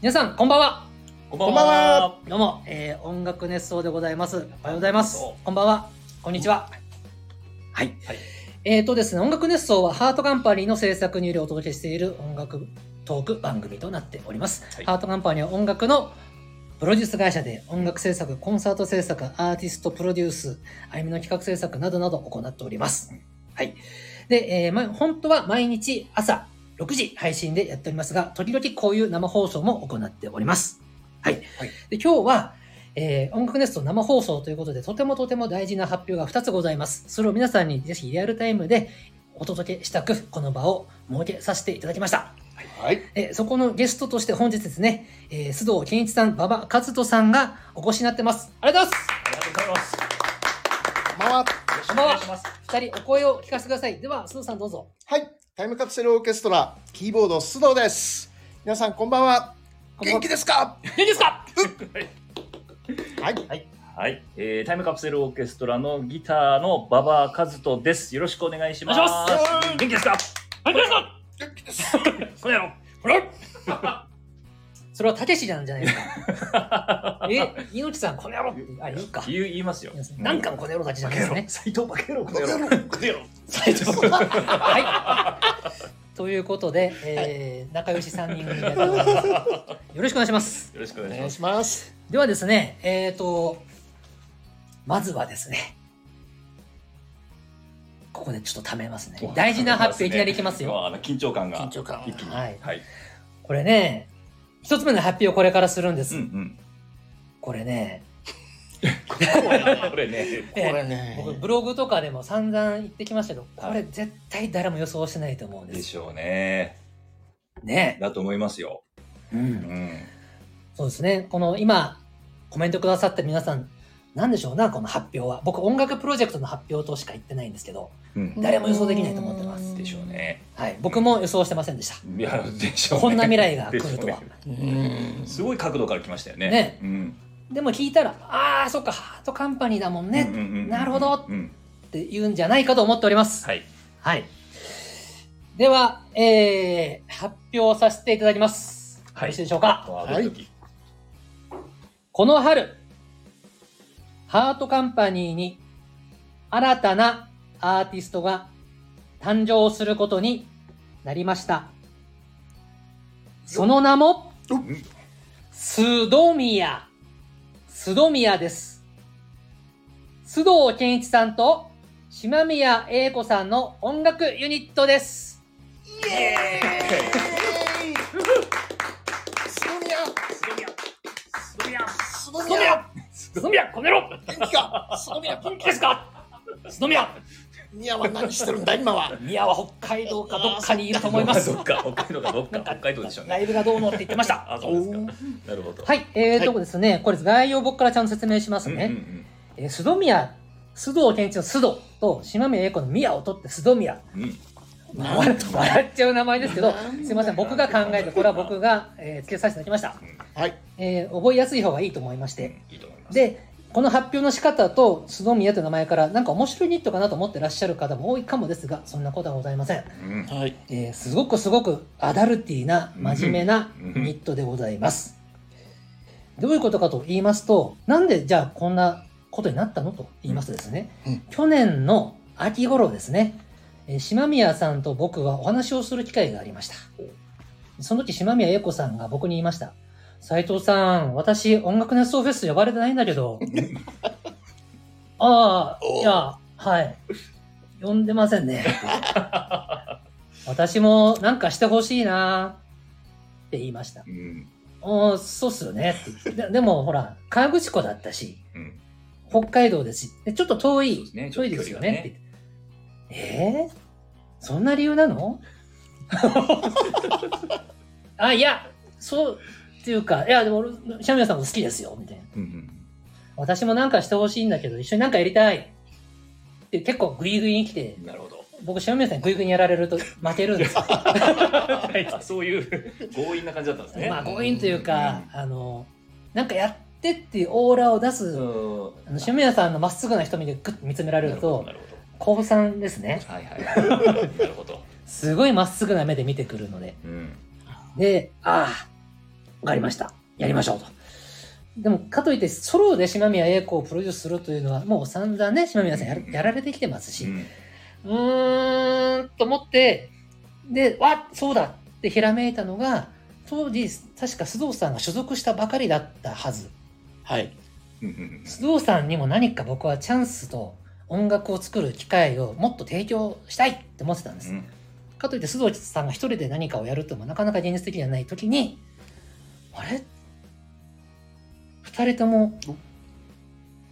皆さんこんばんはこんこんばんはどうも、えー、音楽熱奏でございますおはようございますそこんばんはこんにちははい、はいえーとですね音楽熱奏はハートカンパニーの制作によりお届けしている音楽トーク番組となっております、はいハートカンパニーは音楽のプロデュース会社で音楽制作、コンサート制作、アーティストプロデュース、歩みの企画制作などなど行っております。はい。で、えーま、本当は毎日朝6時配信でやっておりますが、時々こういう生放送も行っております。はい。はいで今日は、えー音楽ネスト生放送ということで、とてもとても大事な発表が2つございます。それを皆さんにぜひリアルタイムでお届けしたく、この場を設けさせていただきました。はい。えーそこのゲストとして本日ですね、えー須藤健一さん、馬場和人さんがお越しになってます。ありがとうございますありがとうございますよこんばんは。ろしくお願いします二人お声を聞かせてください。では、須藤さんどうぞ。はい。タイムカプセルオーケストラ、キーボード須藤です。皆さん、こんばんは。こんばんは元気ですか。いいですかはい。はい、えー、タイムカプセルオーケストラのギターの馬場和人ですよろしくお願いしますお願いします元気ですか元気ですか元気です。この野郎ほらそれはたけしなんじゃないですか。え、猪木さん、この野郎って、あ、いいか。言う言いますよなんかもこの野郎たちじゃバないケでロすね。斎藤バケロこの野郎この野郎最初はい。 ということで、えー仲良し三人組でやっております。よろしくお願いします。よろしくおお願いし願まいすします。ではですね、えっ、と、まずはですね、ここでちょっとためますね。大事な発表いきなりいきますよ。ああの緊張感が緊張感一気にはいはいこれね、一つ目の発表をこれからするんでうす。ん うんこれね、これねこれね。僕ブログとかでも散々言ってきましたけど、これ絶対誰も予想してないと思うんで。ですしょうねね、だと思いますよう。うんんそうですね。この今、コメントくださった皆さん、なんでしょうな、この発表は。僕、音楽プロジェクトの発表としか言ってないんですけど、うん誰も予想できないと思ってますでしょう。ねはい。僕も予想してませんでした。いやでしょうねこんな未来が来るとでしょはう。ねうん。すごい角度から来ましたよねねうんでも聞いたら、ああ、そっか、ハートカンパニーだもんうんうね、んうんうんなるほどうんって言うんじゃないかと思っております。はいはい。では、えー、発表させていただきます。はよいろしいでしょうか。はいこの春、ハートカンパニーに新たなアーティストが誕生することになりました。その名もう、スドミア。スドミアです。須藤健一さんと島宮英子さんの音楽ユニットです。イエーイ。スドミア。スドミアスドミアスドスミドミア。アスドミアこねろ元気か。スドミア。元気ですかスドミアミアは何してるんだ、今は。宮は北海道かどっかにいると思いますど。っか北海道かどっか北海道でしょうラねイブがどうのって言ってました。あそうですかなるほどはい、えーはいとですね、これ概要を僕からちゃんと説明しますうんうんうね。んえー須藤宮、須藤健一の須藤と島宮英子の宮を取って須藤宮。うんなんと笑っちゃう名前ですけど、なんだすいません、僕が考えて、これは僕が、えー付けさせていただきました。はい。えー覚えやすい方がいいと思いまして。うんいいと思いますで、この発表の仕方と、須藤宮という名前から、なんか面白いニットかなと思ってらっしゃる方も多いかもですが、そんなことはございません。うんはい。えーすごくすごくアダルティーな、真面目なうんニットでございます。どういうことかと言いますと、なんでじゃあこんなことになったのと言いますとですね、うん去年の秋頃ですね、えー島宮さんと僕はお話をする機会がありました。その時島宮英子さんが僕に言いました。斉藤さん、私音楽熱奏フェス呼ばれてないんだけど。ああ、いや、はい。呼んでませんね。私もなんかしてほしいなって言いました。うんおーそうっすよねって言ってで。でもほら、河口湖だったし、うん北海道ですし、でちょっと遠い、そうですね遠いですよねってち言って。えー、そんな理由な のあ、いや、そう、っていうか、いや、でも俺、シャミヤさんも好きですよ、みたいな。うんうん私もなんかしてほしいんだけど、一緒になんかやりたい。って結構グイグイに来て、なるほど僕、シャミヤさんにグイグイにやられると負けるんですよ。 あそういう強引な感じだったんですねまあ強引というか、あのなんかやってっていうオーラを出す、うんあの清宮さんのまっすぐな瞳でグッと見つめられるとなるほど高三ですねはいはいはいなるほどすごいまっすぐな目で見てくるのでうんでああわかりました。やりましょうと。でも、かといって、ソロで島宮栄子をプロデュースするというのは、もう散々ね、島宮さんやるやられてきてますし、うんうーんと思って、で、わっ、そうだってひらめいたのが、当時、確か須藤さんが所属したばかりだったはず。はい。うんうん須藤さんにも何か僕はチャンスと音楽を作る機会をもっと提供したいって思ってたんです。うんかといって須藤さんが一人で何かをやるともなかなか現実的じゃない時に、あれ二人ともお、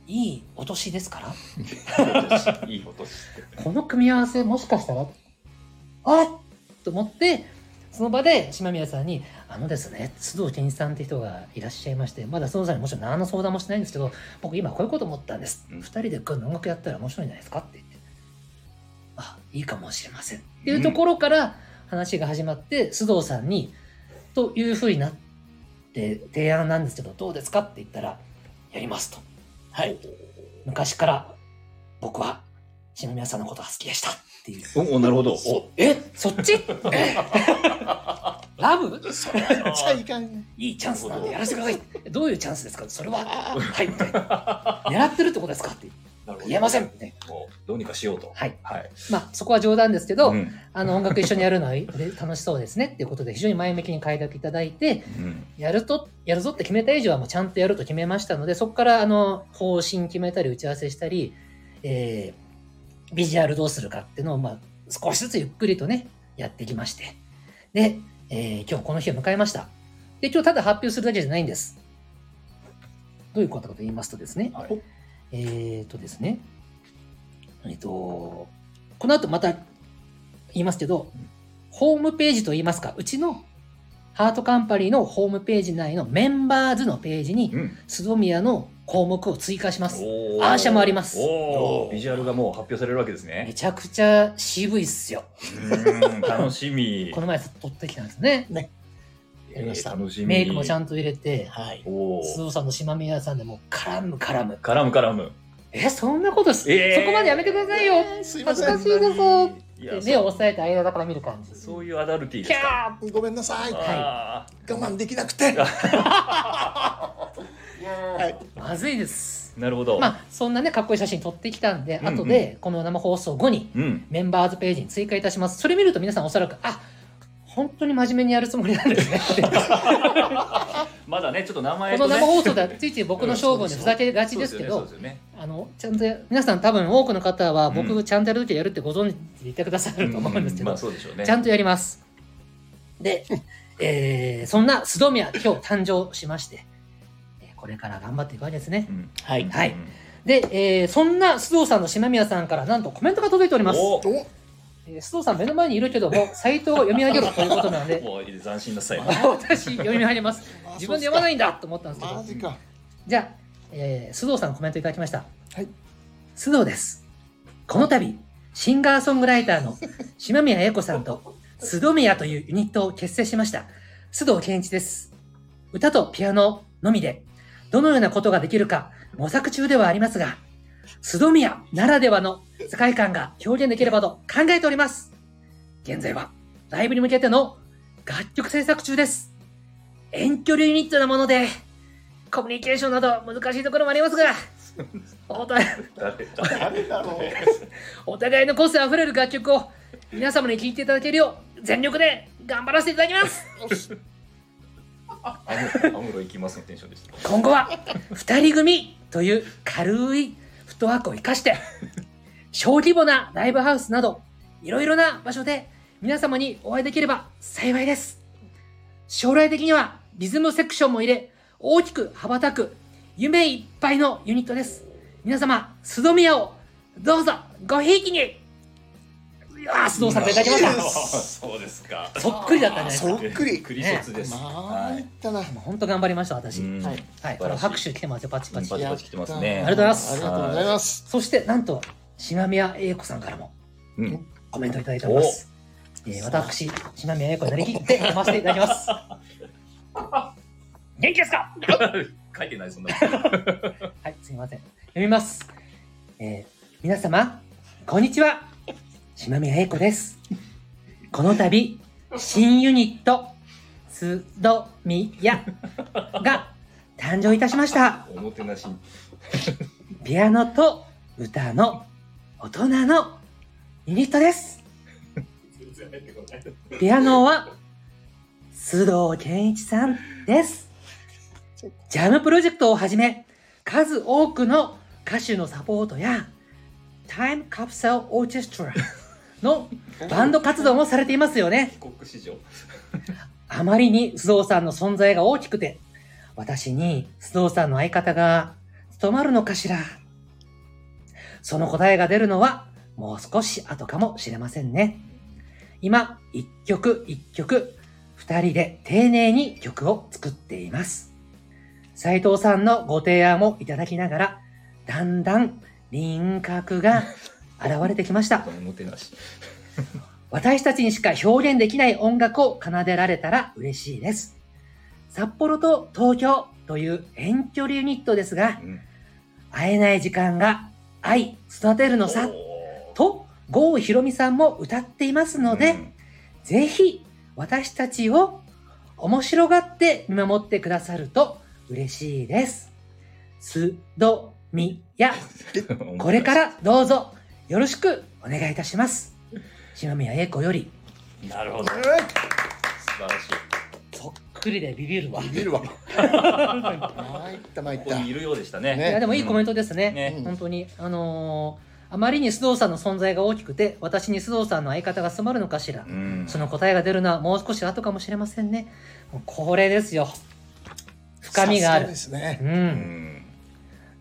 いいお年ですからいいことしてる。この組み合わせもしかしたらあっと思ってその場で島宮さんに「あのですね須藤健一さんって人がいらっしゃいましてまだ須藤さんにもちろん何の相談もしてないんですけど僕今こういうこと思ったんです、う二ん人で今度音楽やったら面白いんじゃないですか」って言って「あいいかもしれません」っていうところから話が始まって須藤さんに「というふうになって提案なんですけどどうですか?」って言ったら「やります」と。はい。昔から僕は篠宮さんのことが好きでしたっていう。おおなるほど。そえそっち えラブそれはじゃあいかんね。いいチャンスなんでやらせてください。 どういうチャンスですかそれは。はい。 みたいな狙ってるってことですかってなるほど言えません。みたいなもうどうにかしようと。はい。はい。まあそこは冗談ですけど、うんあの音楽一緒にやるのは楽しそうですねっていうことで非常に前向きに快諾いただいて、うんやると、やるぞって決めた以上はもうちゃんとやると決めましたので、そこからあの方針決めたり打ち合わせしたり、えービジュアルどうするかっていうのを、まあ、少しずつゆっくりとね、やってきまして。で、えー今日この日を迎えました。で、今日ただ発表するだけじゃないんです。どういうことかと言いますとですね、はいえー、とですね、えっ、と、この後また言いますけど、ホームページと言いますか、うちのハートカンパニーのホームページ内のメンバーズのページに、うんスドミヤの項目を追加します。おーアーシャもありますおおお。ービジュアルがもう発表されるわけですめね。ちゃくちゃ渋いっすよ。うん楽し みこ。の前撮ってきたんですね。やりましたえー楽しみ。メイクもちゃんんと入れて、はい。おお。須藤さんの島宮さんでも絡む絡む。絡む絡む。え、そんなことす、えーそこまでやめてくださいよっえーすいませ恥んず。かしいですいてや目をそ押さえて間だから見る感じう。そういうアダルティーキですか。ャーごめんなさい。我いあ慢できなくて。はい。まずいです。ーなるほど。まあ、そんなね、かっこいい写真撮ってきたんで、うんうん後でこの生放送後にうん。メンバーズページに追加いたします。それ見ると皆さんおそらく、あ本当に真面目にやるつもりなんです ねって。まだねちょっと名こ前のとね生放送ではついつい僕の勝負にふざけがちですけ そうどです、よね。あのちゃんとや皆さん多分多くの方は僕、うんちゃんとやるときはやるってご存知でいてくださそうるですとよね思うんですけど、まあそうでしょうね。ちゃんとやります。で、えーそんな須戸宮今日誕生しまして、えーこれから頑張っていくわけですねう。ん。はい。はいで、えーそんな須藤さんの島宮さんからなんとコメントが届いております。おおえー須藤さん目の前にいるけども、サイトを読み上げろということなの で、もう斬新なスタイル。私読み上げます。自分で読まないんだと思ったんですけどマ、ジか。じゃあ、えー須藤さんコメントいただきました。はい。須藤です。この度、シンガーソングライ ターの島宮英子さんと須戸宮というユニットを結成しました。須藤健一です。歌とピアノのみで、どのようなことができるか模索中ではありますが、須戸宮ならではの世界観が表現できればと考えております。現在はライブに向けての楽曲制作中です。遠距離ユニットなもので、コミュニケーションなど難しいところもありますが、お互い誰誰だ ろう。お互いの個性あふれる楽曲を皆様に聴いていただけるよう全力で頑張らせていただきますアムロアムロ行きますのテンションでした。今後は2人組という軽いフットワークを生かして小規模なライブハウスなどいろいろな場所で皆様にお会いできれば幸いです将来的にはリズムセクションも入れ大きく羽ばたく夢いっぱいのユニットです皆様須戸宮をどうぞごひいきにうわー須藤さんからいただきました そうですか。 そっくりだったね。そっくり。クリ卒です。まあ、いはっい。たな。もう本当頑張りました、私。うんはいはい。素晴らしい拍手来てますよ、パチパチう。んパチ来てますねやったありがとうございますありがとうございます。そして、なんと、島宮英子さんからもうん。コメントいただいております。えー私、島宮英子になりきって読ませていただきます。 元気ですか書いてないそんなこと。はい、すみません。読みます。えー皆様、こんにちは。島宮英子です。この度、新ユニット、つどみやが誕生いたしました。おもて なし。ピアノと歌の大人のユニットです。全然入ってこない。ピアノは須藤健一さんです。ジャムプロジェクトをはじめ、数多くの歌手のサポートや、タイムカプセルオーケストラのバンド活動もされていますよね。帰国史上。あまりに須藤さんの存在が大きくて、私に須藤さんの相方が務まるのかしら。その答えが出るのはもう少し後かもしれませんね。今、一曲一曲、二人で丁寧に曲を作っています。斉藤さんのご提案をいただきながら、だんだん輪郭が現れてきましたお。もてなし。私たちにしか表現できない音楽を奏でられたら嬉しいです。札幌と東京という遠距離ユニットですがう、ん。会えない時間が愛、育てるのさ、おーと郷ひろみさんも歌っていますので、うんぜひ私たちを面白がって見守ってくださると嬉しいです。すどみや、これからどうぞよろしくお願いいたします。島宮栄子よりなるほど。素晴らしい。そっくりでビビる わ。ビビるわ。参った参っここた。にいるようでしたね。いやでもいいコメンントですね。ね。本当にあのーあまりに須藤さんの存在が大きくて私に須藤さんの相方が務まるのかしらう。ん。その答えが出るのはもう少し後かもしれませんね。もうこれですよ。深みがあさる。すがですう。ね。うんん。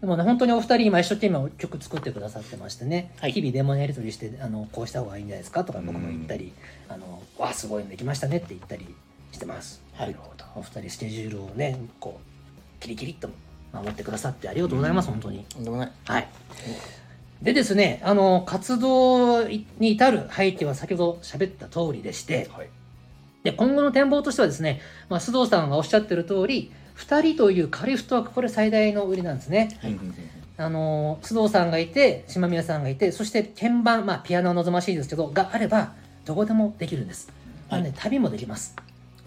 でもね本当にお二人今一生懸命曲作ってくださってましてね、はい日々デモのやり取りしてあのこうした方がいいんじゃないですかとか僕も言ったり、あのわあすごいのできましたねって言ったりしてます。はいお二人スケジュールをねこうキリキリっと守ってくださってありがとうございます、本当に。とんでもない。はい。でですね、あの活動に至る背景は先ほど喋った通りでして、はい。で今後の展望としてはですね、まあ、須藤さんがおっしゃってる通り、2人というカリフトワーク、これ最大の売りなんですね。はい。あの須藤さんがいて、島宮さんがいて、そして鍵盤、まあ、ピアノは望ましいですけど、があれば、どこでもできるんです。なので、旅もできます。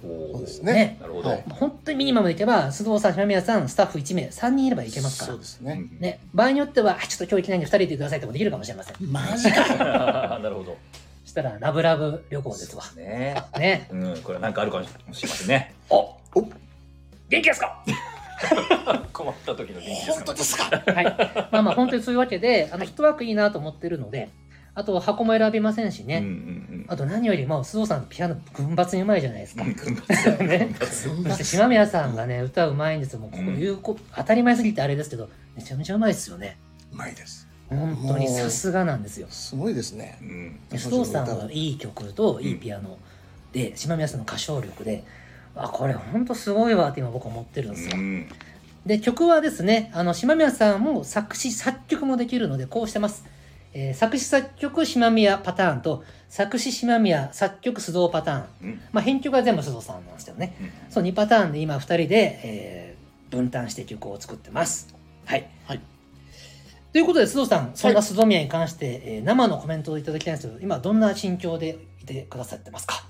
おそうーですねねなるほど。はい本当にミニマムでいけば、須藤さん、島宮さん、スタッフ1名、3人いればいけますかそうらで。すね。ね、場合によっては、あちょっと今日行けないんで2人でくださいともできるかもしれません。マジか。 なるほど。そしたら、ラブラブ旅行ですわ。ね。ね。うん、これなんかあるかもしれませんね。お元気ですか 困った時の元気です本か当ですか。はい。 まあまあ、本当にそういうわけで、あの、一枠いいなと思ってるので、あと、箱も選びませんしうんうね。んあと、何よりも、須藤さん、ピアノ、群抜にうまいじゃないですかう。ん。頑張ってね。そんそなして、島宮さんがね、歌うまいんですよ。もう、ここ言うこ、当たり前すぎてあれですけど、めちゃめちゃうまいですよね。うまいです。本当にさすがなんですよ。すごいですね。うん。で須藤さんはいい曲といいピアノで、島宮さんの歌唱力で、あ、これほんとすごいわって今僕思ってるんですよう。ん。で、曲はですね、あの、島宮さんも作詞、作曲もできるので、こうしてます。えー作詞、作曲、島宮パターンと、作詞、島宮、作曲、須藤パターン。うんまあ、編曲は全部須藤さんなんですけどね。うんその2パターンで今2人で、えー分担して曲を作ってます。はい。はいということで、須藤さん、そんな須藤宮に関して、えー生のコメントをいただきたいんですけど、今どんな心境でいてくださってますか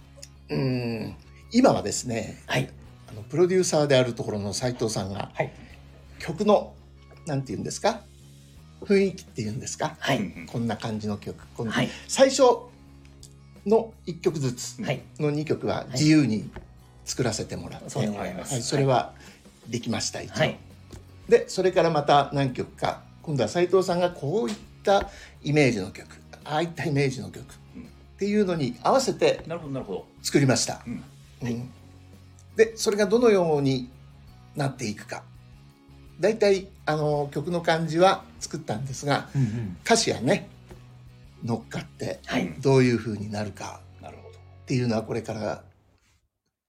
うん。今はですね、はい。あのプロデューサーであるところの斉藤さんがはい。曲のなんて言うんですか、雰囲気って言うんですか。はうい。んこんな感じの曲。こんなはい。最初の一曲ずつはい。の二曲は自由に作らせてもらって、そうでございまはい、す。それはできました一応。はい。でそれからまた何曲か今度は斉藤さんがこういったイメージの曲ああいったイメージの曲、うんっていうのに合わせてなるほど、なるほど。作りました、うんうんでそれがどのようになっていくかだいたいあの曲の感じは作ったんですがうんうん歌詞がね乗っかってはい。どういう風になるかなるほど。っていうのはこれから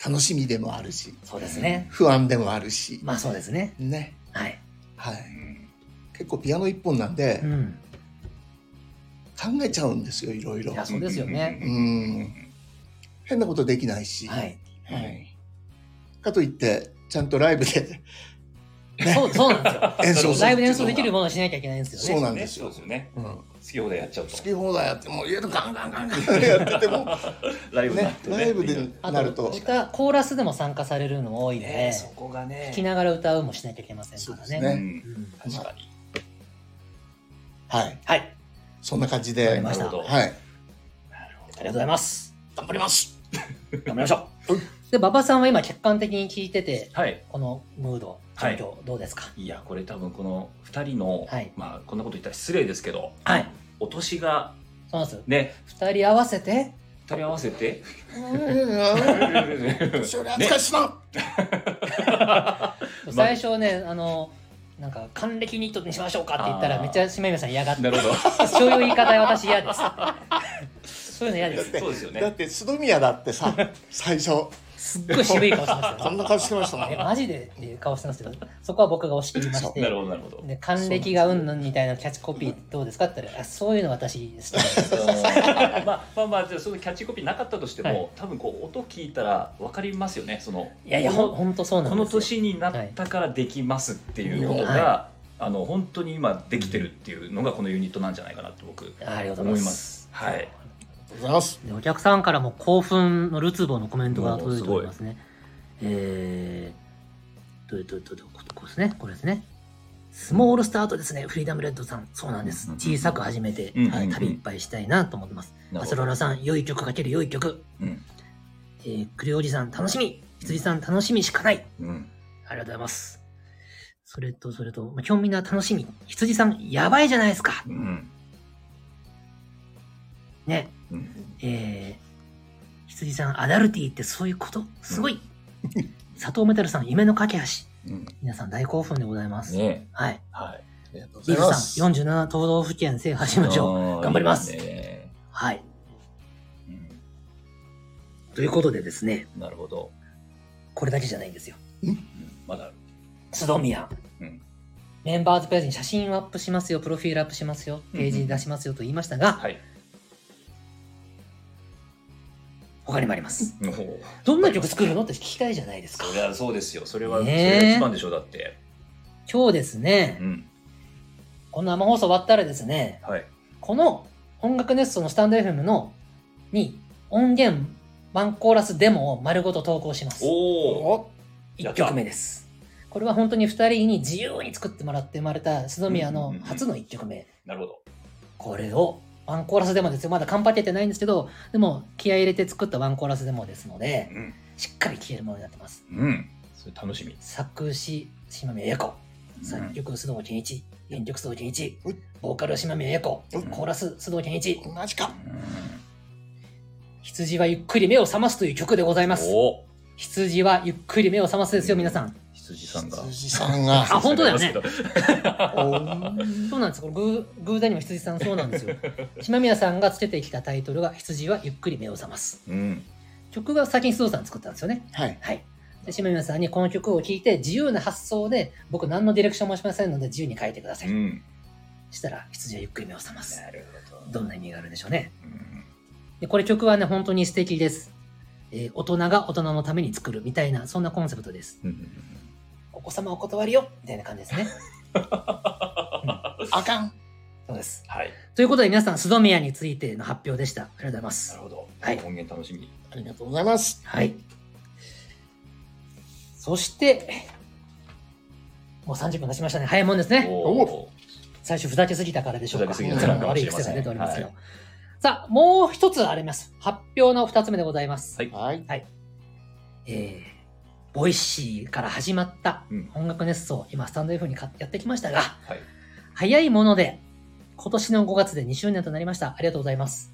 楽しみでもあるしそうですね。不安でもあるし、まあそうですね。ねはい。はういん結構ピアノ一本なんで、うん。考えちゃうんですよいろいろいやそうですよねううんん変なことできないし、はい。はいかといってちゃんとライブでそう、そうなんです よ。演奏すライる。ブで演奏できるものをしなきゃいけないんですよね。そうなんですよ。そうですよね。うん、好好き放題やっちゃうと。き放題やってもう家でガンガンガンガンやってても、ライブになっね、てねライブみんなであなると、と歌、コーラスでも参加されるのも多いので、ねそこがね聴。きながら歌うもしなきゃいけませんそうかでらすね。ううんねん確かに。はいはい、そんな感じわかりでまなしるた。ほありど。はいがとうございます。頑張ります頑張りましょう。で、馬場さんは今客観的に聞いてて、はい。このムード、状はい況、どうですかいや、これ多分この二人のはい、まあ、こんなこと言ったら失礼ですけど、はい。お年がそうなんですよ。ね、二人合わせて、二人合わせて、年寄り扱いすな、あ最初ね、あの、なんか、還暦ニットにしましょうかって言ったあら、ーめっちゃしめめさん嫌がってな、るほど。そういう言い方私嫌ですって。そういうの嫌です。そうですよだっね。て須宮だってさ最初すっごい渋い顔してましたこよんな顔してましたもんえマジでっていう顔してますけどそこは僕が押し切りましなてるほど、なるほど。で還暦がうんぬんみたいなキャッチコピーどうですかって言ったらあそういうの私ですうんまあまあまあじゃあそのキャッチコピーなかったとしても、はい多分こう音聞いたら分かりますよねそのいやいやほんほんとそうなんこですのよ年になったからできますっていうことが、はあの本当に今できてるっていうのがこのユニットなんじゃないかなと僕ありがとうご思ざいいまますす。はい、ございますでお客さんからも興奮のるつぼのコメントが届いておりますねえー、どれどれどれここですねこれですねスモールスタートですねフリーダムレッドさんそうなんですうん小さく始めて、うんはい旅いっぱいしたいなと思ってますアスロラさん良い曲かける良い曲うんえー、クリオジさん楽しみ羊さん楽しみしかないうん、ありがとうございます。それと、それと、まあ、今日みんな楽しみ。羊さん、やばいじゃないですか。うんね。うんえー、羊さん、アダルティってそういうことすごい。佐藤メタルさん、夢の架け橋。うん、皆さん大興奮でございます。ねはい。はいありがとうござリいズさますん、47都道府県制覇しましょう。あー頑張りますいいですねはい。うんということでですね、なるほど、これだけじゃないんですよ。うんまだあるスドミアン。うんメンバーズページに写真をアップしますよ、プロフィールアップしますよ、ページに出しますよと言いましたが、はい他にもあります。もうどんな曲作るのって聞きたいじゃないですかそ。りゃそうですよそれは、ねえそれが一番でしょうだって今日ですね、うんこの生放送終わったらですね、はいこの音楽ネストのスタンド FM のに音源ワンコーラスデモを丸ごと投稿します。おおお1曲目です。これは本当に2人に自由に作ってもらって生まれた須宮の初の1曲目。なるほどこれをワンコーラスデモですよ。まだ完パケてないんですけど、でも気合い入れて作ったワンコーラスデモですので、うんしっかり聴けるものになってます。うん。それ楽しみ。作詞、島宮英子。作曲、須藤健一。原曲、須藤健一うん。ボーカル、島宮英子。うんコーラス、須藤健一。マジか羊はゆっくり目を覚ますという曲でございます。おお。羊はゆっくり目を覚ますですよ、皆さん。羊さんが。辻さんがあ本当だよねおーそうなんです。これ偶偶然にも羊さんそうなん ですよ。島宮さんがつけてきたタイトルが羊はゆっくり目を覚ます。うん。曲が先に須藤さん作ったんですよね。はいはい。で島宮さんにこの曲を聴いて自由な発想で僕何のディレクションもしませんので自由に書いてくださうい。ん。したら羊はゆっくり目を覚ます。るほどんな意味があるんでしょうね。うんでこれ曲はね、本当に素敵です。えー大人が大人のために作るみたいな、そんなコンセプトです。うん。お子様お断りよみたいな感じ ですね。あかんそうです。はい。ということで皆さん、スドミアについての発表でした。ありがとうございまなする。ほど。はい音源楽しみ。ありがとうございますはい。そして、もう30分経ちましたね。早いもんですね。おおお。最初ふざけすぎたからでしょうか。ふざけすぎたからかも悪しいれま癖せんが出ておりますよ。はさあ、もう一つあります。発表の二つ目でございます。はいはいえー、ボイシーから始まったうん。音楽熱奏、今、スタンド F にかやってきましたが、はい。早いもので、今年の5月で2周年となりました。ありがとうございます。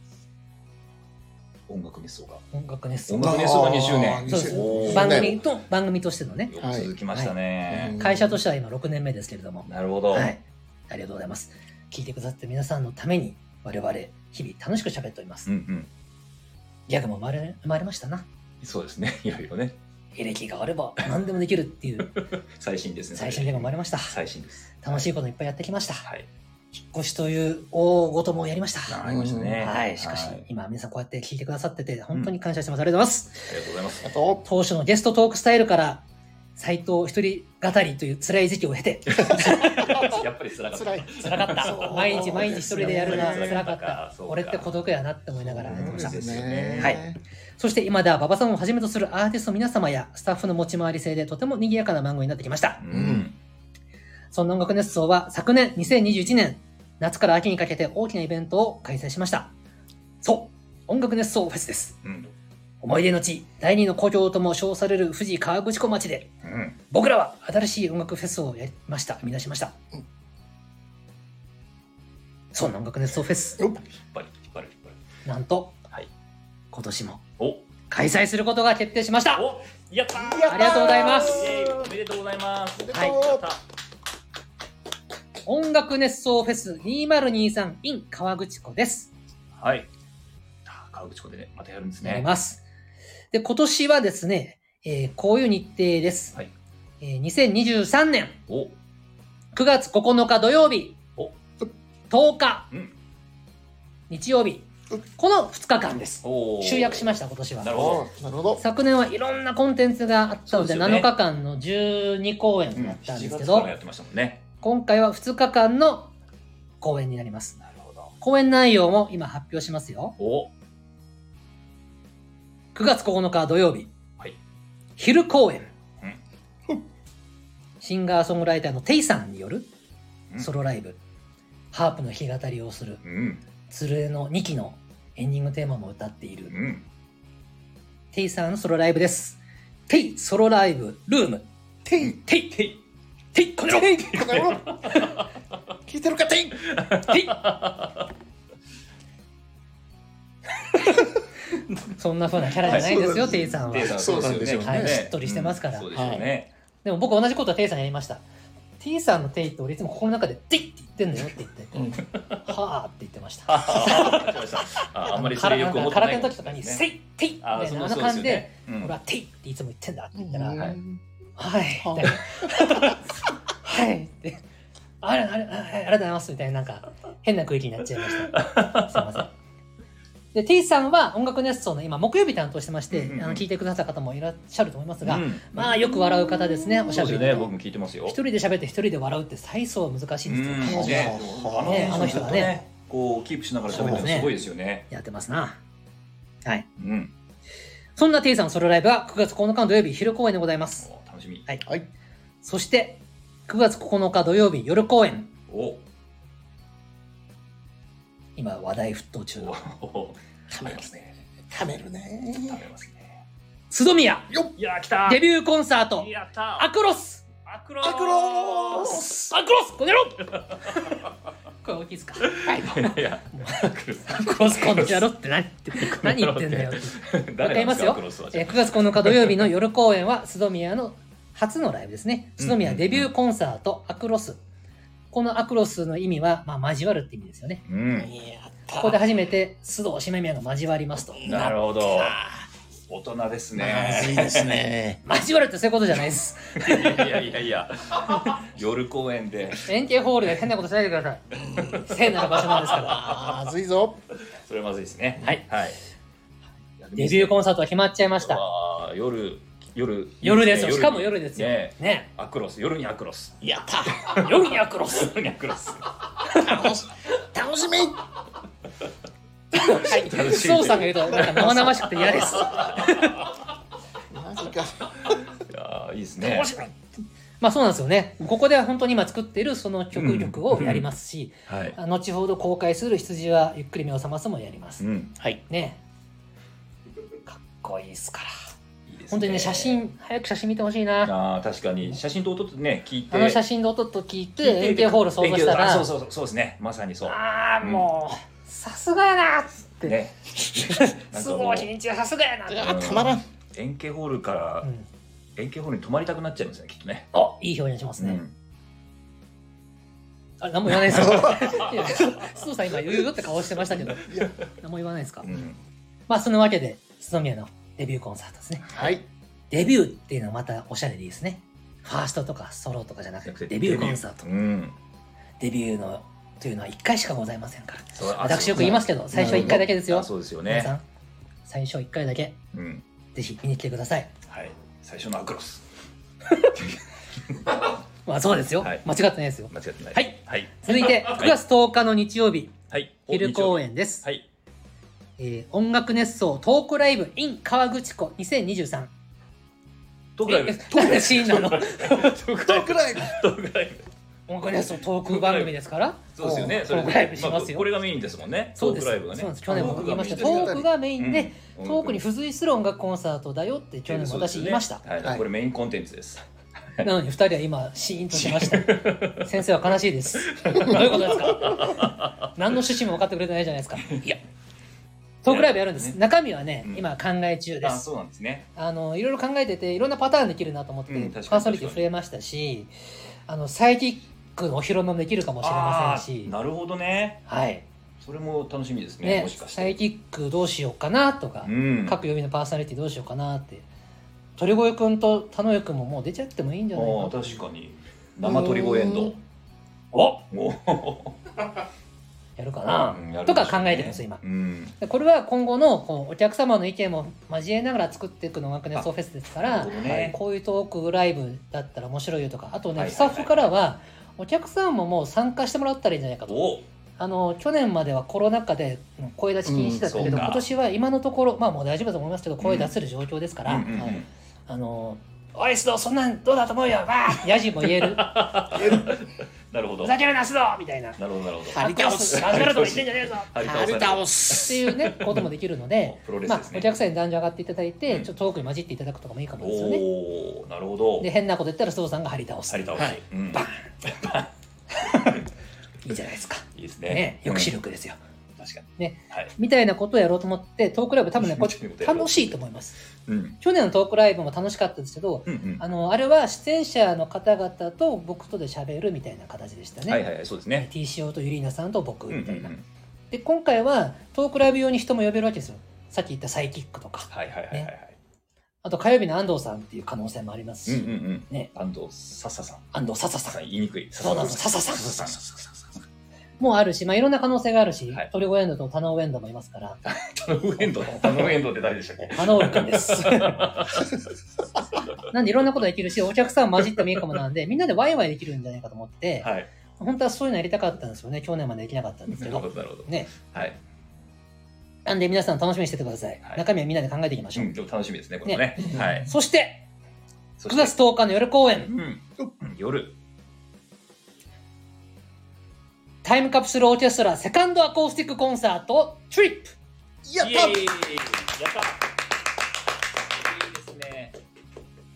音楽熱奏が。音楽熱奏音。楽熱奏が2周あー年。そうですおー番組と、番組としてのね、よく続きましたね。会社としては今6年目ですけれども、なるほど。はい。ありがとうございます。聞いてくださってる皆さんのために、我々、日々楽しく喋っておりまうす。んうん。ギャグも生まれ生まれましたな。そうですね。いろいろね。エレキがあれば何でもできるって いう最新ですね。最新ギャグも生まれました。最新です。楽しいこといっぱいやってきました。はい。引っ越しという大ごともやりました。ありましたね。はい。しかしはい、あり今皆さんこうやって聞いてくださってて、本当に感謝してます。ありがとうございます。がとうございます。あと当初のゲストトークスタイルから、斎藤一人語りという辛い時期を経て、やっぱり辛かった。辛い辛かった。毎日毎日一人でやるな、そうですね辛かった。そうか俺って孤独やなって思いながらやってましたそうで。すはいそして今では馬場さんをはじめとするアーティストの皆様やスタッフの持ち回り性でとても賑やかな番組になってきましたう。んん。そんな音楽熱奏は昨年2021年、夏から秋にかけて大きなイベントを開催しました。そう、音楽熱奏フェスです。うん。思い出の地、第二の故郷とも称される富士河口湖町で、うん。僕らは新しい音楽フェスをやりました、生み出しました。うんそんな音楽熱奏フェス、よっ引っ張る、引っ張る、引っ張る。なんと、はい今年もお開催することが決定しました。おやったーやったーありがとうございますイエーイおめでとうございます。おめでとうはいやった音楽熱奏フェス 2023in 河口湖です。はい。あ河口湖でね、またやるんですやりね。ます。で、今年はですね、えーこういう日程です。はいえー2023年お9月9日土曜日、お10日、うん日曜日うん、この2日間です。お集約しまました、今年なるは。ほど。なるほど昨年はいろんなコンテンツがあったので、そうですよね7日間の12公演だったんですけ7月ど、やってましたもんね。今回は2日間の公演になります。なるほど。公演内容も今発表しますよ。お9月9日土曜日、はい昼公演、うシンガーソングライターのテイさんによるうんソロライブ、ハープの弾き語りをするうん。鶴江の2期のエンディングテーマも歌っている、うん。テイさんのソロライブですテイソロライブルームていテイテイテイこの野郎ていこの野郎聞いてるかていテイそんな風なキャラじゃないですよ、はいテイさんはテイさんそうなんでしょうねはいしっとりしてますからうんそうですよね。でも僕同じことはテイさんやりました。テイさんのテイって俺いつも心の中で「テイ!」って言ってんのよって言ってうん「はあ」って言ってま した。あーわかりましたあーあんまりそれよく思って空な手いの時とかに「せイいテイ!」みあたーいそなあうのそう感ですじよでね「うん俺はテイ!」っていつも言ってんだって言ったら「うはい」んみたいな「はい」って「あれあれあありがとうございます」みたいななんか変な空気になっちゃいま した。すいません。で、T さんは音楽熱奏の今、木曜日担当してまして、うんうんうんあの聞いてくださった方もいらっしゃると思いますが、うんまあ、よく笑う方ですね、おしそゃうべですりよのね。僕も聞いてますよ一。人で喋って一人で笑うって再層は難しいんですけど、んねねあの人ずっはとねこうキープしながら喋ってるのすごいですよね。やってますな。はい。うん。そんな T さんのソロライブは9月9日の土曜日昼公演でございます。お楽しみ。はい。はいそして、9月9日土曜日夜公演。お今話題沸騰中の。お。食べますね。食べるね食べますね。須戸宮いやー来た。デビューコンサート。やったー。アクロスアクロアクロースアクロスこの野郎声大きいですかはい。いや、アクロス。アクロスこの 野郎って何って何言ってんだよって。わかりますよアクロスはじゃえー9月9日土曜日の夜公演は須戸宮の初のライブですね。須戸宮デビューコンサート、アクロス。このアクロスの意味は、まあ、交わるって意味ですよね。あうん。やったここで初めて須藤しめみやが交わりますと。なるほど。あ大人ですーまずいね。ですね交わるってそういうことじゃないです。いやいやいやいや。夜公園で、円形ホールで変なことしないでください。聖なる場所なんですから。まずいぞそれまずいですね。はい。はい。デビューコンンサートは決まっちゃいまサした。夜、夜。夜ですねよ。しかも夜ですよ。ねねアクロス、夜にアクロス。やった夜にアクロス。夜にアクロス。 楽し楽しみはい。楽しい須藤さんが言うと、なんか生々しくて嫌です。マジ かいやーいいですね楽。しみまあそうなんですよね。ここでは本当に今作っているその曲曲をやりますし、はい。あ後ほど公開する羊はゆっくり目を覚ますもやりまうす。ん。はいねかっこいいっすから。いいですね本当にね、写。真、早く写真見てほしいな。ああ、確かに。写真と音とね、聞いて。あの写真の音と聞い聞いて、円形ホール想像した円形ら、あそうそうそう、そうですね。まさにそう。ああ、うんもう、さすがやなって。 ね。なんすかごもい、日日はさすがやなって。あーたまらんう円形ホールからうん円形ホールに泊まりたくなっちゃいますね、きっとね。おいい表現しますうね。んあ、何も言わないですよ。いや 須藤さん今余裕って顔してましたけど、いや何も言わないですかう。ん。まあ、そのわけで、須藤宮のデビューコンサートですね。はいデビューっていうのはまたおしゃれでいいですね。ファーストとかソロとかじゃなくて、デビューコンサートう。ん。デビューの、というのは1回しかございませんから。そうあ私よくそう言いますけど、最初は1回だけですよあ。そうですよ皆さね。ん、最初1回だけ、うん。ぜひ見に来てください。はい。最初のアクロス。まあそうですよ。はい間違ってないですよ。間違ってない。はい。はい。続いて、 はい9月10日の日曜日、はい。昼公演。演です。はい。えー音楽熱奏トークライブ in 川口湖2023。トークラ イブ。えなんでシーンなのトークライブ。くらいトークライブ。 音楽熱奏トーク番組ですから、そうですよね。んそれトークライブしますよあこれがメインですもんね。そトうーです。クそラうイブながんね。です。去年も僕言いました。あト僕が見てークがメインで、うんトークに付随する音楽コンサートだよって去年も私言いました。そうですねは。はいいこれメインコンテンツです。なのに二人は今、シーンとしました。先生は悲しいです。どういうことですか何の趣旨も分かってくれてないじゃないですか。いや。トークライブやるんです。ね中身はね、うん今考え中であ、す。そうなんですね。あの、いろいろ考えてて、いろんなパターンできるなと思って、うん確かにパーソナリティ増えましたし、あの、サイキックのお披露目もできるかもしれませんあーし、なるほどね。はい。それも楽しみですね。ねもしかしサイて。キックどうしようかなとか、ん各曜日のパーソナリティどうしようかなって。鳥越くんと田上くんももう出ちゃってもいいんじゃないああかと確かに生鳥越エンドあもやるかうな。うんやるとでしょうねか考えてます今うんでこれは今後のこうお客様の意見も交えながら作っていくのが音楽熱奏フェスですかなるらほ、どねこういうトークライブだったら面白いよとかあとね、はいはいはいスタッフからはお客さんももう参加してもらったらいいんじゃないかとおあの去年まではコロナ禍でうん声出し禁止だったけうんど、そうか今年は今のところまあもう大丈夫だと思いますけど声出せる状況ですから、うんうんうんはいあのおい須藤そんなんどうだと思うよわあヤジも言えるなるほどふざなるけるな須藤みたいなほどなるほど張り倒す真面目なこと言ってんじゃねえぞ張りあ倒りされ倒っすていうねこともできるの でプロレスまあで、すおね、客さんに男女上がっていただいて、うんちょっとトークに混じっていただくとかもいいかもですよね。おおなるほどで、変なこと言ったら須藤さんが張り倒す。張り倒し、はい、うんバンいいじゃないですか。いいですねね、うん抑止力ですよ。確かにねはいみたいなことをやろうと思って、トークライブ多分ね、こ みたいなことれやろう楽しいと思います。うん去年のトークライブも楽しかったですけど、うんうんあの、あれは出演者の方々と僕とで喋るみたいな形でしたね。はいはいはいそうですね TCO とユリーナさんと僕うんみうんうたいな、んで、今回はトークライブ用に人も呼べるわけですよ。さっき言ったサイキックとか。はいはいはいはいはいあと火曜日の安藤さんっていう可能性もありますうし、んうんうんね、安藤笹さん安藤笹さん笹さん言いにくいそうなんです笹さん笹さん笹さん笹さんもあるし、まあ、いろんな可能性があるし、はいトリゴエンドとタノウエンドもいますから、タノウエンドタノウエンドって誰でしたっけタノウル君 です。なんでいろんなことできるし、お客さん混じってもいいかもなんで、みんなでワイワイできるんじゃないかと思って、はい本当はそういうのやりたかったんですよね。去年までできなかったんですなけるど。ほど、なるほど。ね。はい。なんで皆さん楽しみにしててください。はい中身はみんなで考えていきましうょう。ん、でも楽しみですね、これもね。はい。そして、そ9して月10日の夜公演、うん。夜。タイムカプセルオーケストラセカンドアコースティックコンサート、トリップやっイエーイたやったいいですね。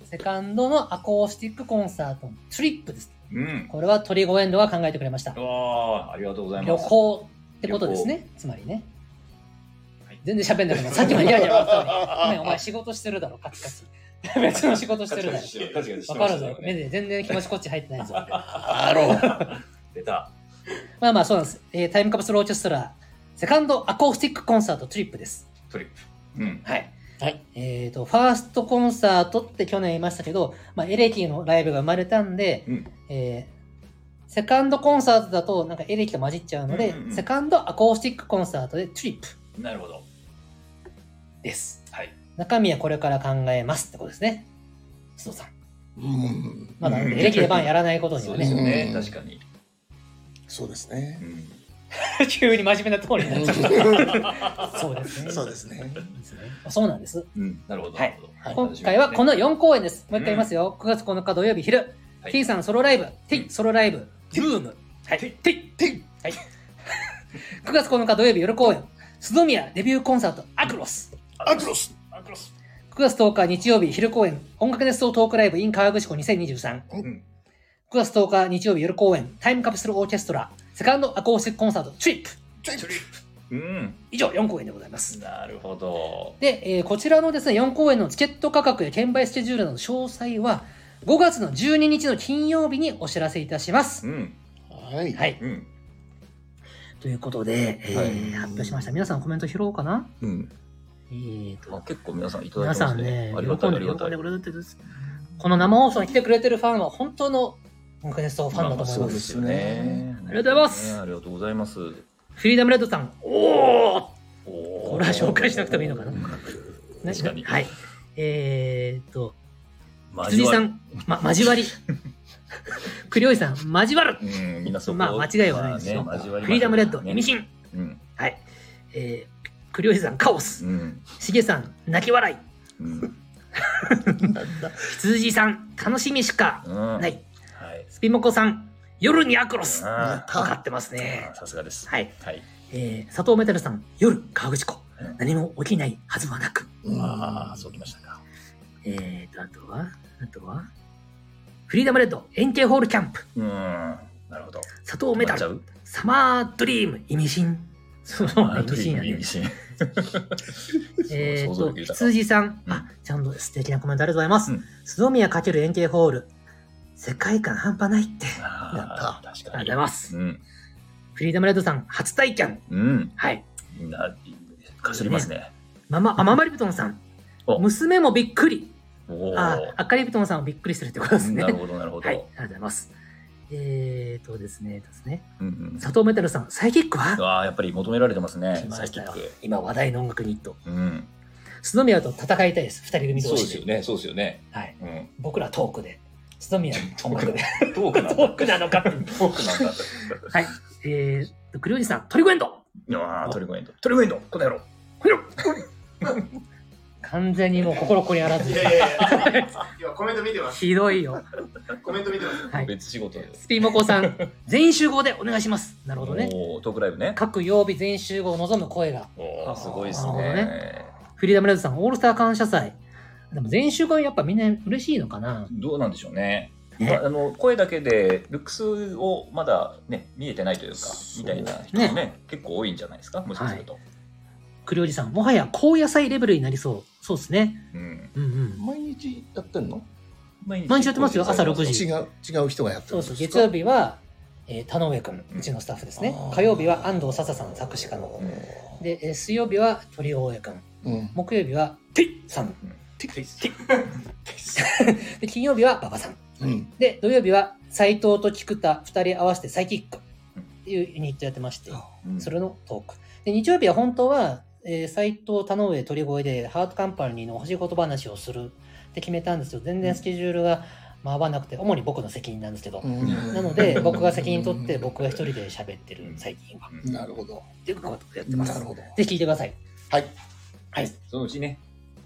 セカンドのアコースティックコンサート、トリップです。うん。これはトリゴエンドが考えてくれました。わあ、ありがとうござい旅ます。行ってことですねつまりね、はい全然喋んな くなったさっきまでギャーギャー笑ってたのにごめんお前仕事してるだろカチカ チ別の仕事して るだろ確かにわかるぞ確か目にで全然気持ちこっち入ってない ぞあろう出た。まあまあそうなんです、えータイムカプセルオーケストラセカンドアコースティックコンサートトリップですトリップ。うん。はいはいえー、とファーストコンサートって去年言いましたけど、まあ、エレキのライブが生まれたんで、うんえーセカンドコンサートだとなんかエレキと混じっちゃうので、うんうんうんセカンドアコースティックコンサートでトリップなるほど。ですはい。中身はこれから考えますってことですね。須藤さん。うんまだうんエレキで版やらないことにそはうですよね。ね。うん確かに。そうですねうん。急に真面目なところになっちゃうう。 そうですね。んそうですねですね。そうなんです。うん。なるほど。はいなるほどはい今回はこの4公演です。もう一回言いますよ。9月9日土曜日昼。はい T さんソロライブ、T ソロライブ、ルーム。はい。T、T。はい。9月9日土曜日夜公演、須戸宮デビューコンサート、アクロス。アクロスアクロス。 9月10日日曜日昼公演、音楽熱奏トークライブ in 河口湖2023。うん。 9月10日日曜日夜公演、タイムカプセルオーケストラ、セカンドアコースティックコンサート、トリップ。トリップうん。以上、4公演でございます。なるほど。で、えーこちらのですね、4公演のチケット価格や券売スケジュールなどの詳細は、5月の12日の金曜日にお知らせいたしますう。ん。はいはい。うん。ということで、えーはい発表しました。皆さんコメント拾おうかなうん。えーあと、結構皆さんいただ皆きまさすんねね。、ありがた喜い、あんでりがたい喜んで。くれてるこの生放送に来てくれてるファンは本当の音楽熱奏ファンだと思いまあまあそまうす。ですよね。ありがとうございますねありがとうございます。フリーダムレッドさん、おお。ここれは紹介しなくてもいいのかな確かに。はい。えーっと、辻井さ交わん、ま、交 わり。栗尾井さん、交わる。るうん、みんなそこまあ、間違いはないですよ。まあね交わりますよねフリーダムレッド、意味深。うん、はい。えー、栗尾井さん、カオス。うん、しげさん、泣き笑い。うん、羊さん、楽しみしかうんな。い。はい。スピモコさん、夜にアクロス。わあかってますねあ、。さすがです。はい。はい。えー、佐藤メタルさん、夜、河口湖うん。何も起きないはずはなく。ああ、そうきましたか。えーと、あとは、あとは、フリーダムレッド、円形ホールキャンプ、うん、なるほど。佐藤メタ止まっちゃル、うサマードリーム、意味深。そう、意味深や意ね味。深。え想ー像と、力豊か羊さん、うんあ、ちゃんと素敵なコメントありがとうございます。うん須宮かける円形ホール、世界観半端ないって。あああ、確りがとうかごにざい。ます。うん、フリーダムレッドさん、初体験。うん、はい。みんな、かすりますね。ママ、あママリプトンさんお、娘もびっくり。おお。あ、アカリプトンさんもびっくりするってことですね。なはい、あるりほど、なるほがとど。うございます。えーとですね、ですね。うん、うん。佐藤メタルさん、サイキックはああ、やっぱり求められてますね来。まサイしキたッよク。今話題の音楽ユニット。うん。須宮と戦いたいです。二人組そう同で士すで。よね、そうですよね。はい。うん。僕らトークで。須宮音楽で。トークなんだ。トークなのかってトークなんだ。はい。えー、クリオジさん、トリコエンド ああ、トリコエンド。トリコエンド、この野郎。完全にもう心ここにあらずい。やいやいや。今コメント見てます。ひどいよ。コメント見てます。はい。別仕事です。スピモコさん、全員集合でお願いします。なるほどね。おお、トークライブね。各曜日全員集合を望む声が。おお、すごいですなるほどね。フリーダムレッドさん、オールスター感謝祭。でも全員集合やっぱみんな嬉しいのかな。どうなんでしょうね。ねまあ、あの声だけでルックスをまだね見えてないというかみたいな人もね結構多いんじゃないですかもしかすると。クリオジさん、もはや高野菜レベルになりそう。そうですね。うん。うんうん。毎日やってんの毎毎日やってますよ朝6時違う違う人がやってるそうんそですかう。月曜日は、えー、田上くん、うちのスタッフですねあ。ー火曜日は安藤笹さん、作詞家の。で、えー水曜日は鳥大江くん。うん木曜日は、ていさん。で、金曜日は馬場さん。うんで、土曜日は斎藤と菊田二人合わせてサイキックうんっていうユニットやってまして、うんそれのトーク。で、日曜日は本当は、えー、斎藤、田上、鳥越でハートカンパニーの欲しい言葉話をするって決めたんですよ。全然スケジュールが回らなくて、主に僕の責任なんですけどう。んなので、僕が責任取って、僕が一人で喋ってる最近は。うんなるほどっていうことをやってまなする。ほどぜひ聞いてください。はいはい。そのうちね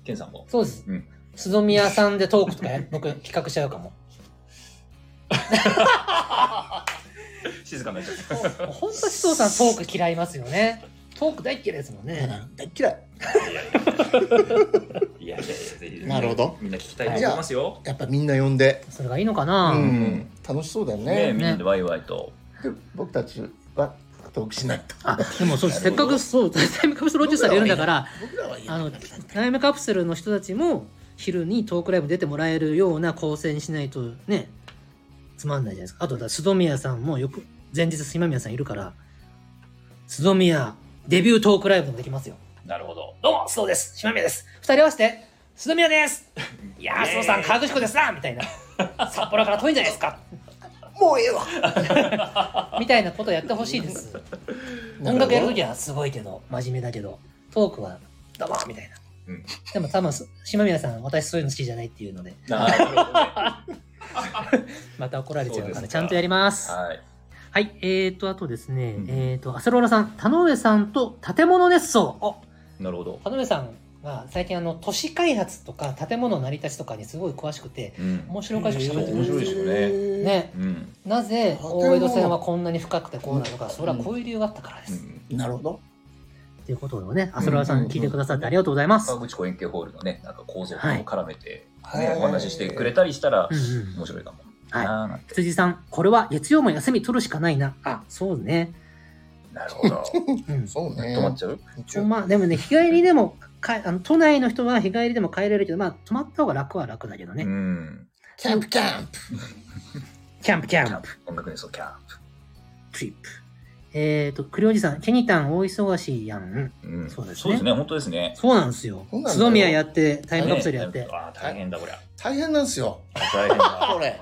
ケンさんも。そうです。うん鈴宮さんでトークとかや 僕企画しちゃうかも。静かになっちゃった。本当、須藤さんトーク嫌いますよね。トーク大嫌いですもんね。うん大っ嫌いいやいやいやぜ ひなるほどみんな聞きたいと思いますよ。やっぱみんな呼んでそれがいいのかな、うん楽しそうだよねねみんなでワイワイと。で僕たちはトークしないとあでもそうですせなっるほかどくそうタイムカプセルロジュースさんがいるんだから僕らはいいあのタイムカプセルの人たちも昼にトークライブ出てもらえるような構成にしないとねつまんないじゃないですかあとだから須戸宮さんもよく前日今宮さんいるから須戸宮デビュートークライブもできますよなるほど。どうも須藤です島宮です二人合わせて須戸宮ですいやーイ須エーイ藤さん河口湖ですなみたいな札幌から遠いんじゃないですかもうええわ みたいなことやってほしいです音楽やるときはすごいけど真面目だけどトークはどうもみたいな、うんでも多分す島宮さん私そういうの好きじゃないっていうのでなるほどね。また怒られちゃうそうかでらすかちゃんとやりますははい。いえーとあとですね、うんえーとアセローラさん田上さんと建物熱奏おなるほど。田上さんが最近あの都市開発とか建物の成り立ちとかにすごい詳しくてうん。面白おかしく喋って面白いるですよねねうん。なぜ建物大江戸線はこんなに深くてこうなのかそれはこういう理由があったからです、うんなるほどということをねアセローラさん聞いてくださってありがとうございます、川口湖円形ホールのね、なんか構造と絡めて、ねはいお話ししてくれたりしたらうんうん面白いかも。はいなあなんて羊さん、これは月曜も休み取るしかないな。あ、そうね。なるほど。うん。そうね止まっちゃう一応まあ、でもね、日帰りでも、かあの都内の人は日帰りでも帰れるけど、まあ、泊まった方が楽は楽だけどね。うん。キャンプキャンプキャンプ、キャキャンンプ、プ。音楽演奏キャントリップ。えっ、と、栗おじさん、ケニタン大忙しいやん。プ。うん。そうですねそうですね。本当ですね。そうなんですよ。そうなんだよ須宮やって、タイムカプセルやって。ねあー大変だ、こりゃ。大変なんですよ大変だ。これ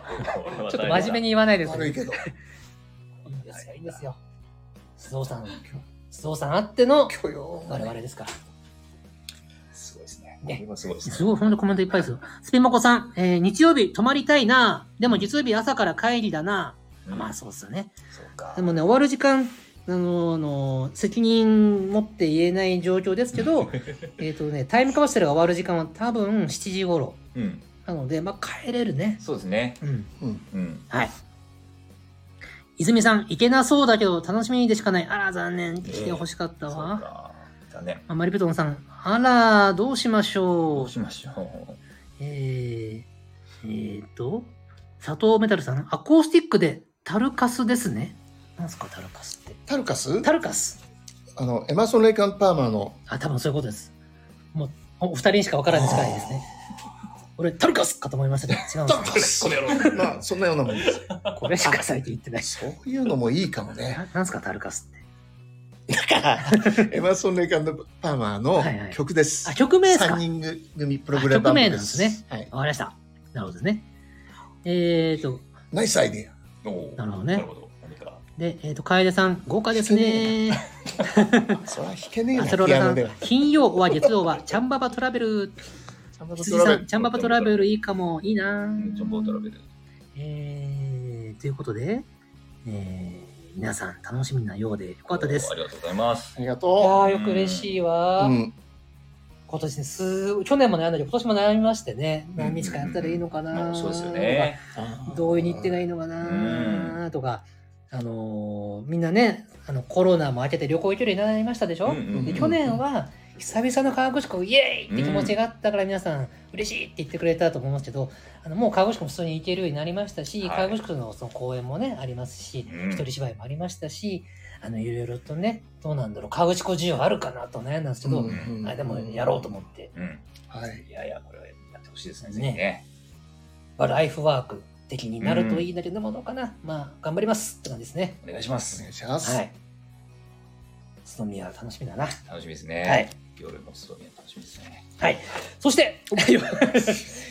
ちょっと真面目に。に言わないです悪いけどいいんですよ、いいんですよ。須藤さん、須藤さんあっての許容我々ですから。すごいですね。これはすごいですね。すごい、ほんとコメントいっぱいですよ。スピモコさん、えー日曜日泊まりたいな。でも月曜日朝から帰りだな。うんまあ、そうっすよね。そうか。でもね、終わる時間、あの、あの責任持って言えない状況ですけど、えっとね、タイムカプセルが終わる時間は多分7時頃。うん、なので、まあ、帰れるね。そうですね。うん。うん。はい。泉さん、行けなそうだけど、楽しみでしかない。あら、残念。来てほしかったそうわ。か。残念。あマリプトンさん、あら、どうしましどょうう。しましょえー、えーと、佐藤メタルさん、アコースティックでタルカスですね。なんすか、タルカスって。タルカスタルカス。あのエマーソン・レイカン・パーマーのあ、多分そういうことです。もう、おお二人にしかわからない世界ですね。俺、タルカスかと思いましたけど、違うんでタルカスこの野郎 まあそんなようなもんですす。これしか最近言ってないし。そういうのもいいかもねななんすか、タルカスって。だから エマーソン・レイカン・パーマーのはいはい曲です、あ、曲名ですか3人組プログラムバンドあ曲名なんですねはい、わかりました。なるほどですね。えーと、ナイスアイデう。おーなるほどねなるほど。何か。で、えーと、楓さん、豪華ですね。アそれは弾けねえなアピセロラアさノでんは、金曜は月曜は、チャンババトラベル。羊さん、チャンババトラベルいいかも、いいなうん、ジョンボートラベル。えー、ということで、えー、皆さん楽しみなようでよかったでおーあす。りがとうございます。ありがいやとーよく嬉しいわー、う、うん、今年ねす、去年も悩んだけど、今年も悩みましてね、何日かやったらいいのかな、まあ、そうですよ。ね。どういう日程がいいのかなとか、あのーみんなね、あのコロナも明けて旅行行けるようになりましたでしょ、うんうんうんで去年は久々の河口湖イエーイって気持ちがあったから皆さん嬉しいって言ってくれたと思いますけどあのもう河口湖も普通に行けるようになりましたし、はい河口湖のその公園もねありますし、うん一人芝居もありましたしあのいろいろとねどうなんだろう河口湖需要あるかなと悩んだんですけど、うんあでもやろうと思ってうん。はいいやいや、これはやってほしいですね。ねぜひね。まあライフワーク的になるといいんだけどもどうかな、まあ頑張りますって感じですね。お願いしまおす願。いします、はい。スノミは楽しみだな。楽しみですね。はい。夜もストーリー楽しみですね。はい。そして、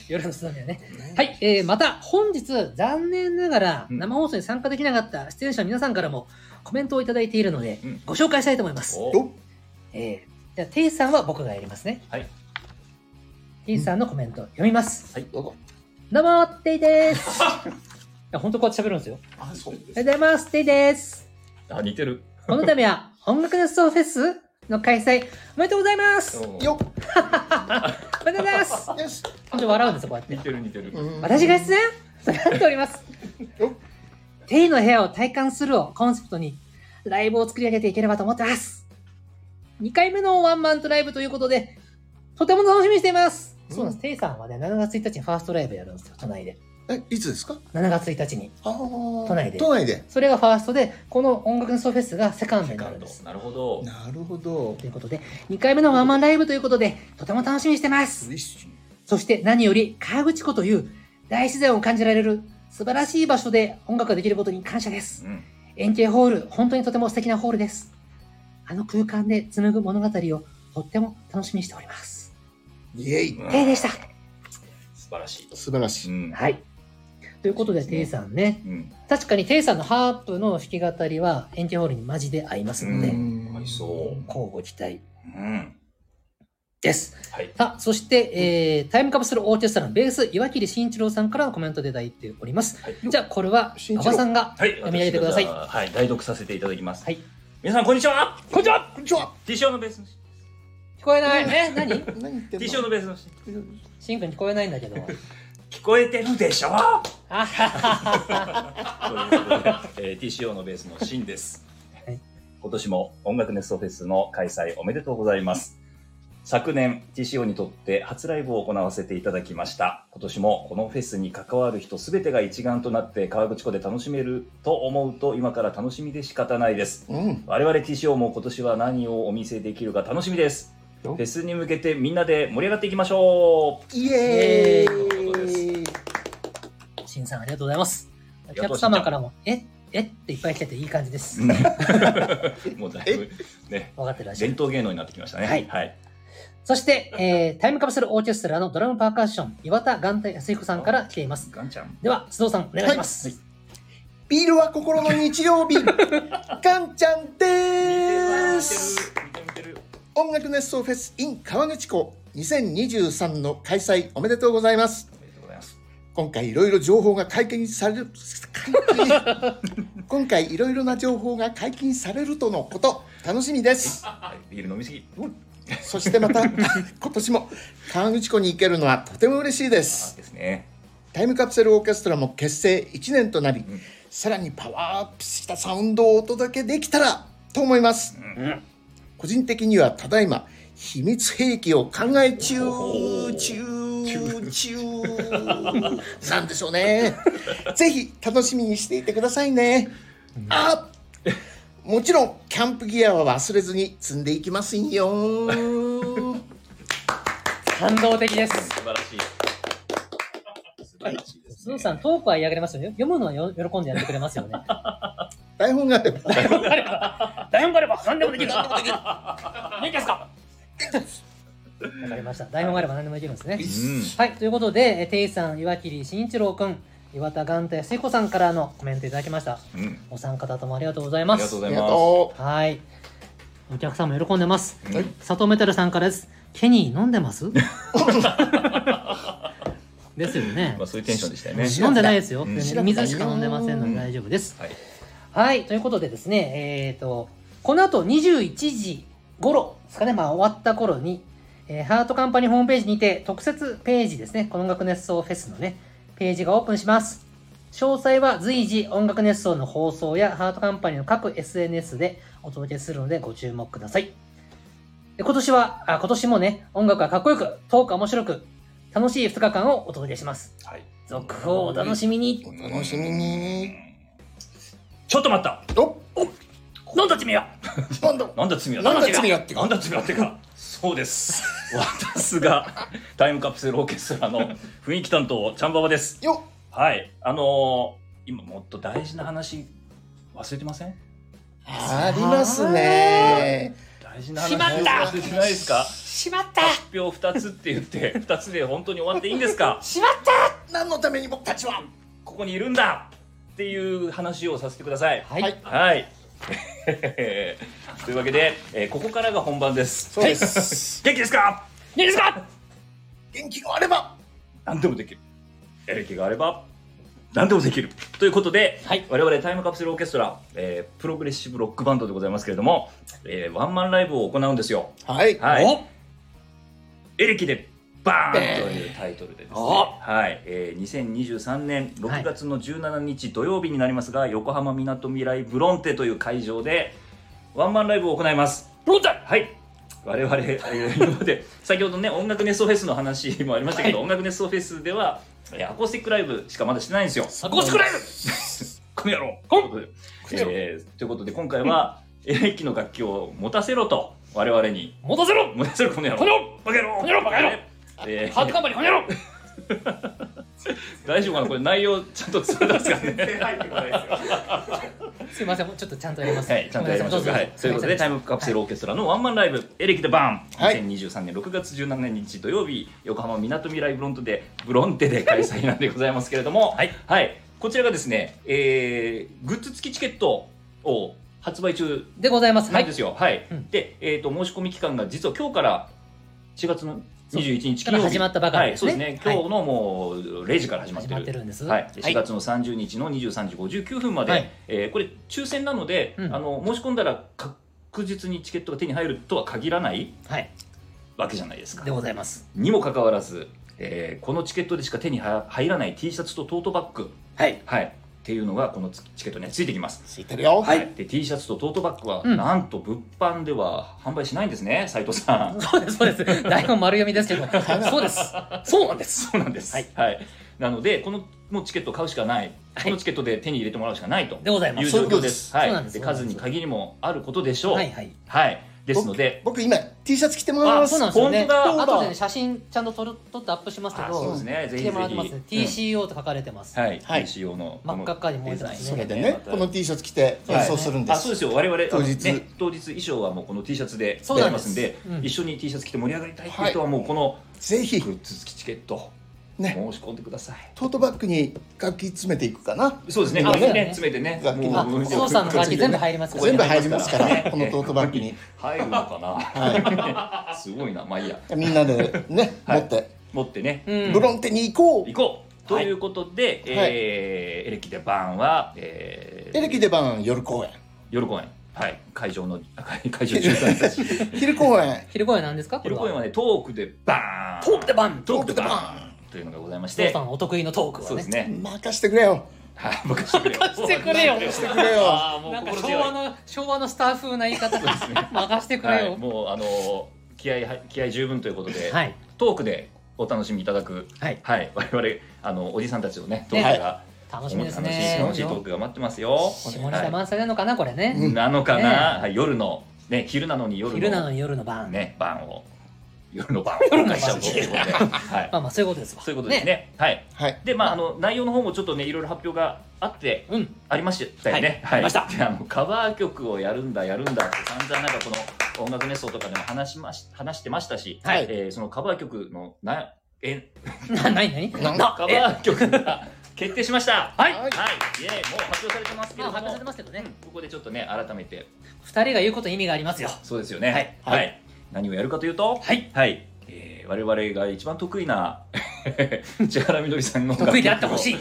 夜のスノミはね。ねはい。えーまた、本日、残念ながら、うん生放送に参加できなかった出演者の皆さんからもコメントをいただいているので、うんご紹介したいと思います。おおえー、じゃあ、テイさんは僕がやりますね。はい。テイさんのコメント読みます。はい、どうぞ。どうも、テイです。 いや、本当こうやって喋るんですよ。あそうおはようございます、テイです。あ、似てる。この度は音楽のそうフェスの開催おめでとうございますおよめでとうございますっよし本当笑うんですよこうやって似てる似てる。うん私が出演となっておりますよテイの部屋を体感するをコンセプトにライブを作り上げていければと思ってます2回目のワンマンとライブということでとても楽しみにしています、うんそうなんですテイさんはね7月1日にファーストライブやるんですよ都内でえいつですか7月1日に都都内で都内でそれがファーストでこの音楽のそうフェスがセカンドになるんですなるほど。なるほどということで2回目のワンマンライブということでとても楽しみにしてます嬉しいそして何より河口湖という大自然を感じられる素晴らしい場所で音楽ができることに感謝です。うん。円形ホール、本当にとても素敵なホールです。あの空間で紡ぐ物語をとっても楽しみにしております。イエイうんテイでした。素晴らしい。素晴らしういん。はい。ということで、テイさんね。うん。確かにテイさんのハープの弾き語りは円形ホールにマジで合いますので、う交合いそう互期待うん。です。はい。さあ、そして、えー、タイムカプセルオーケストラのベース、岩切慎一郎さんからコメントでいただいております。はいじゃあ、これは、慎馬一郎場さんがはい、読み上げてください私がじゃあはい、代読させていただきます。はい。皆さん、こんにちは。こんにちは。こんにちは T オのベースの。聞こえない。え、何何言ってん T オのベースの。シンくん聞こえないんだ けど。聞こえてるでしょあはははということで、えー、TCO のベースのシンです、はい今年も音楽ネストフェスの開催おめでとうございます昨年 TCO にとって初ライブを行わせていただきました今年もこのフェスに関わる人すべてが一丸となって河口湖で楽しめると思うと今から楽しみで仕方ないですうん我々 TCO も今年は何をお見せできるか楽しみですフよェスに向けてみんなで盛り上がっていきましょ うイイエエーイい。シンさん、ありがとうございます。おりがとう客様からも、え、えっていっぱい来てていい感じです。 もうだいぶね分かってらっしゃる。伝統芸能になってきましたねはいはい、そして、えー、タイムカプセルオーケストラのドラムパーカッション、岩田元太康彦さんから来ています。ガンちゃんでは、須藤さん、お願いします。はいビールは心の日曜 日かんちゃんでーす音楽熱奏フェス in 川口湖2023の開催おめでとうございます。おめでとうございます。今回いろいろ情報が解禁される今回いろいろな情報が解禁されるとのこと楽しみですはい、ビール飲みすぎ。うんそしてまた今年も河口湖に行けるのはとても嬉しいであすですね。タイムカプセルオーケストラも結成1年となり、んさらにパワーアップしたサウンドをお届けできたらと思います、ん個人的にはただいま秘密兵器を考え中おー中中なんでしょうねぜひ楽しみにしていてくださいね、あもちろんキャンプギアは忘れずに積んでいきますんよ感動的です。素晴らしい。素晴らしいです、鈴ね。木さん、トークはやられますよね。読むのはよ喜んでやってくれますよね。台本があれば 台本があれば何でもできる。何です かわかりました。台本があれば何でもできるんですね。うん。はい、ということで、えーていさん、岩切慎一郎くん、岩田元太やせいこさんからのコメントいただきました。うん。お三方ともありがとうございあまりがとうす。ござありいがまとうはい。お客さんも喜んでます。す。うん佐藤メタルさんからです。ケニー飲んでます ですよねまあ、。そういうテンションでしたよね。飲んでないですよ。うん全然水しか飲んでませんので大丈夫です。はい。はい、ということでですね、えっ、と、この後21時頃ですかね、まあ終わった頃に、えーハートカンパニーホームページにて特設ページですね、この音楽熱奏フェスのね、ページがオープンします。詳細は随時音楽熱奏の放送やハートカンパニーの各 SNS でお届けするのでご注目ください。で今年は、あ、今年もね、音楽はかっこよく、トークは面白く、楽しい2日間をお届けします。はい。続報をお楽しみに。お楽しみにちょっと待った。おなんだ君は。なんだなんだ罪は。なんだ罪はってかなんだ罪はってか。そうです。私がタイムカプセルオーケストラの雰囲気担当チャンババです。よはい。あのー、今もっと大事な話忘れてません？ありますね大事な話しまった忘れてないですか？しまった発表二つって言って 二つで本当に終わっていいんですか？しまった何のために僕たちはここにいるんだっていう話をさせてください。はいい。はい。 というわけで、えーここからが本番です。そうです元気ですか元気ですか元気があれば何でもできる。やる気があれば、何でもできる。ということで、はい我々タイムカプセルオーケストラ、えープログレッシブロックバンドでございますけれども、えーワンマンライブを行うんですよ。はいはい。おエレキでバーンというタイトルでですね、はい、えー2023年6月の17日土曜日になりますが、横浜みなとみらいブロンテという会場でワンマンライブを行います。ブロンテはい。我々、えー今まで先ほどね音楽熱奏フェスの話もありましたけど、音楽熱奏フェスではえーアコースティックライブしかまだしてないんですよ。アコースティックライブこの 野郎この野郎えーということで今回はエレキの楽器を持たせろと我々に持たせろもうやせろこの野郎この野郎バカ野郎この野郎バカ野郎えーハートカンパニー、ほにゃろ大丈夫かなこれ内容ちゃんと伝わったんですか 全ね然入ってこないですよ。すいません、もうちょっとちゃんとやります。はい、ちゃんとやりましょうか。はい、ということで、タイムカプセルオーケストラのワンマンライブ、エレキでバーン、はい2023年6月17日土曜日、横浜みなとみらいブロントで、ブロンテで開催なんでございますけれ ども、はい、こちらがですね、えー、グッズ付きチケットを発売中でございます。はなんいで。すよ。はい。うんで、えっ、と、申し込み期間が実は今日から4月の21日から金曜日。始まったばかりはでい、すそうねですね。今日のもう0時から始まっ始てる。まってるんです。はい、で4月の30日の23時59分まで、はいえーこれ抽選なので、うんあの申し込んだら確実にチケットが手に入るとは限らないはい。わけじゃないですかで。ございます。にもかかわらず、えーこのチケットでしか手には入らない T シャツとトートバッグ、はい。はい、っていうのがこのチケットにはついてきます。ついてるよはいで T シャツとトートバッグは、うんなんと物販では販売しないんですね斉藤さん。そうです、そうです。台本丸読みです けど。そうです。そうなんです。そうなんです、はいなのでこのもうチケットを買うしかない、はいこのチケットで手に入れてもらうしかないとでございまいうす。状況です。はそうなんい。ですでそうなんです数に限りもあることでしょう。ははいい。はい。ですので、僕今 T シャツ着てまあそすうなんですよね。本当だ後でね写真ちゃんと撮る撮ってアップしますけあど、そうですね。来ぜひてぜもらってますね。ひ。 TCO と書かれてます。うんはい。はい TCO のこ真のっ赤っかに燃えてますそれでデザイねンこの T シャツ着てそうで演すね奏するんであ、そうすですよ。我々当日あのね当日衣装はもうこの T シャツでそうやなりんまですすんで、うん一緒に T シャツ着て盛り上がりたいっていう人はもうこのぜひグッズ付きチケットね申し込んでください。トートバッグに楽器詰めていくかなそうですね。あ楽器ねね詰めてね。楽器あ、もうお父さんの楽器全部入りますから全部入りますかねらこのトートバッグに、入るのかはな。 すごいな。まあいいや。い、みんなでね、はい持って持ってね。うんブロンテに行こう、行こうとはいいうことで、えーエレキでバーンは、えーエレキ出番夜公演夜公演はい会場のあ会 会場中間たち昼公演昼公演なんですかこれ夜は公演はねトークでバーントークでバントークでバトーンというのがございましお父てさんのお得意のトークはね。そうですね任してくれよはい任せてく れよ任せてくれよ任せ任せてくれよあーもうなんか心昭強い和の、昭和のスター風な言い方そうですね任してくはれいよ。もうあのー気合いは気合い十分ということで、はい。トークでお楽しみいただくはい。はい我々あのおじさんたちのねトーねクが、楽しみです楽しいね楽。しいトークが待ってますよ下ネタ満載なのかな、これね。なのかな、ねはい、夜の、ね、昼なのに夜の昼なのに夜の晩。ね、晩を、夜の晩を夜の晩しちゃうということで、 はいま、あまあ、そういうことですわ。そういうことですね。。はい。はいで、まあ、あの、内容の方もちょっとね、いろいろ発表があって、うん。ありましたよね。はいありましたであの、カバー曲をやるんだ、やるんだって、散々なんかこの音楽熱奏とかでも話しまし、話してましたし、はいえーそのカバー曲の、な、え、な、なになになんカバー曲が決定しました。はいはい。イエーイもう発表されてますけまれあ、話どさもれて、ますけどね。ここでちょっとね、改めて、二人が言うことに意味がありますよ。そうですよね。はい。はい何をやるかというと、はい。はい。えー、我々が一番得意な、 千原みどりさんの得意であってほしい。い。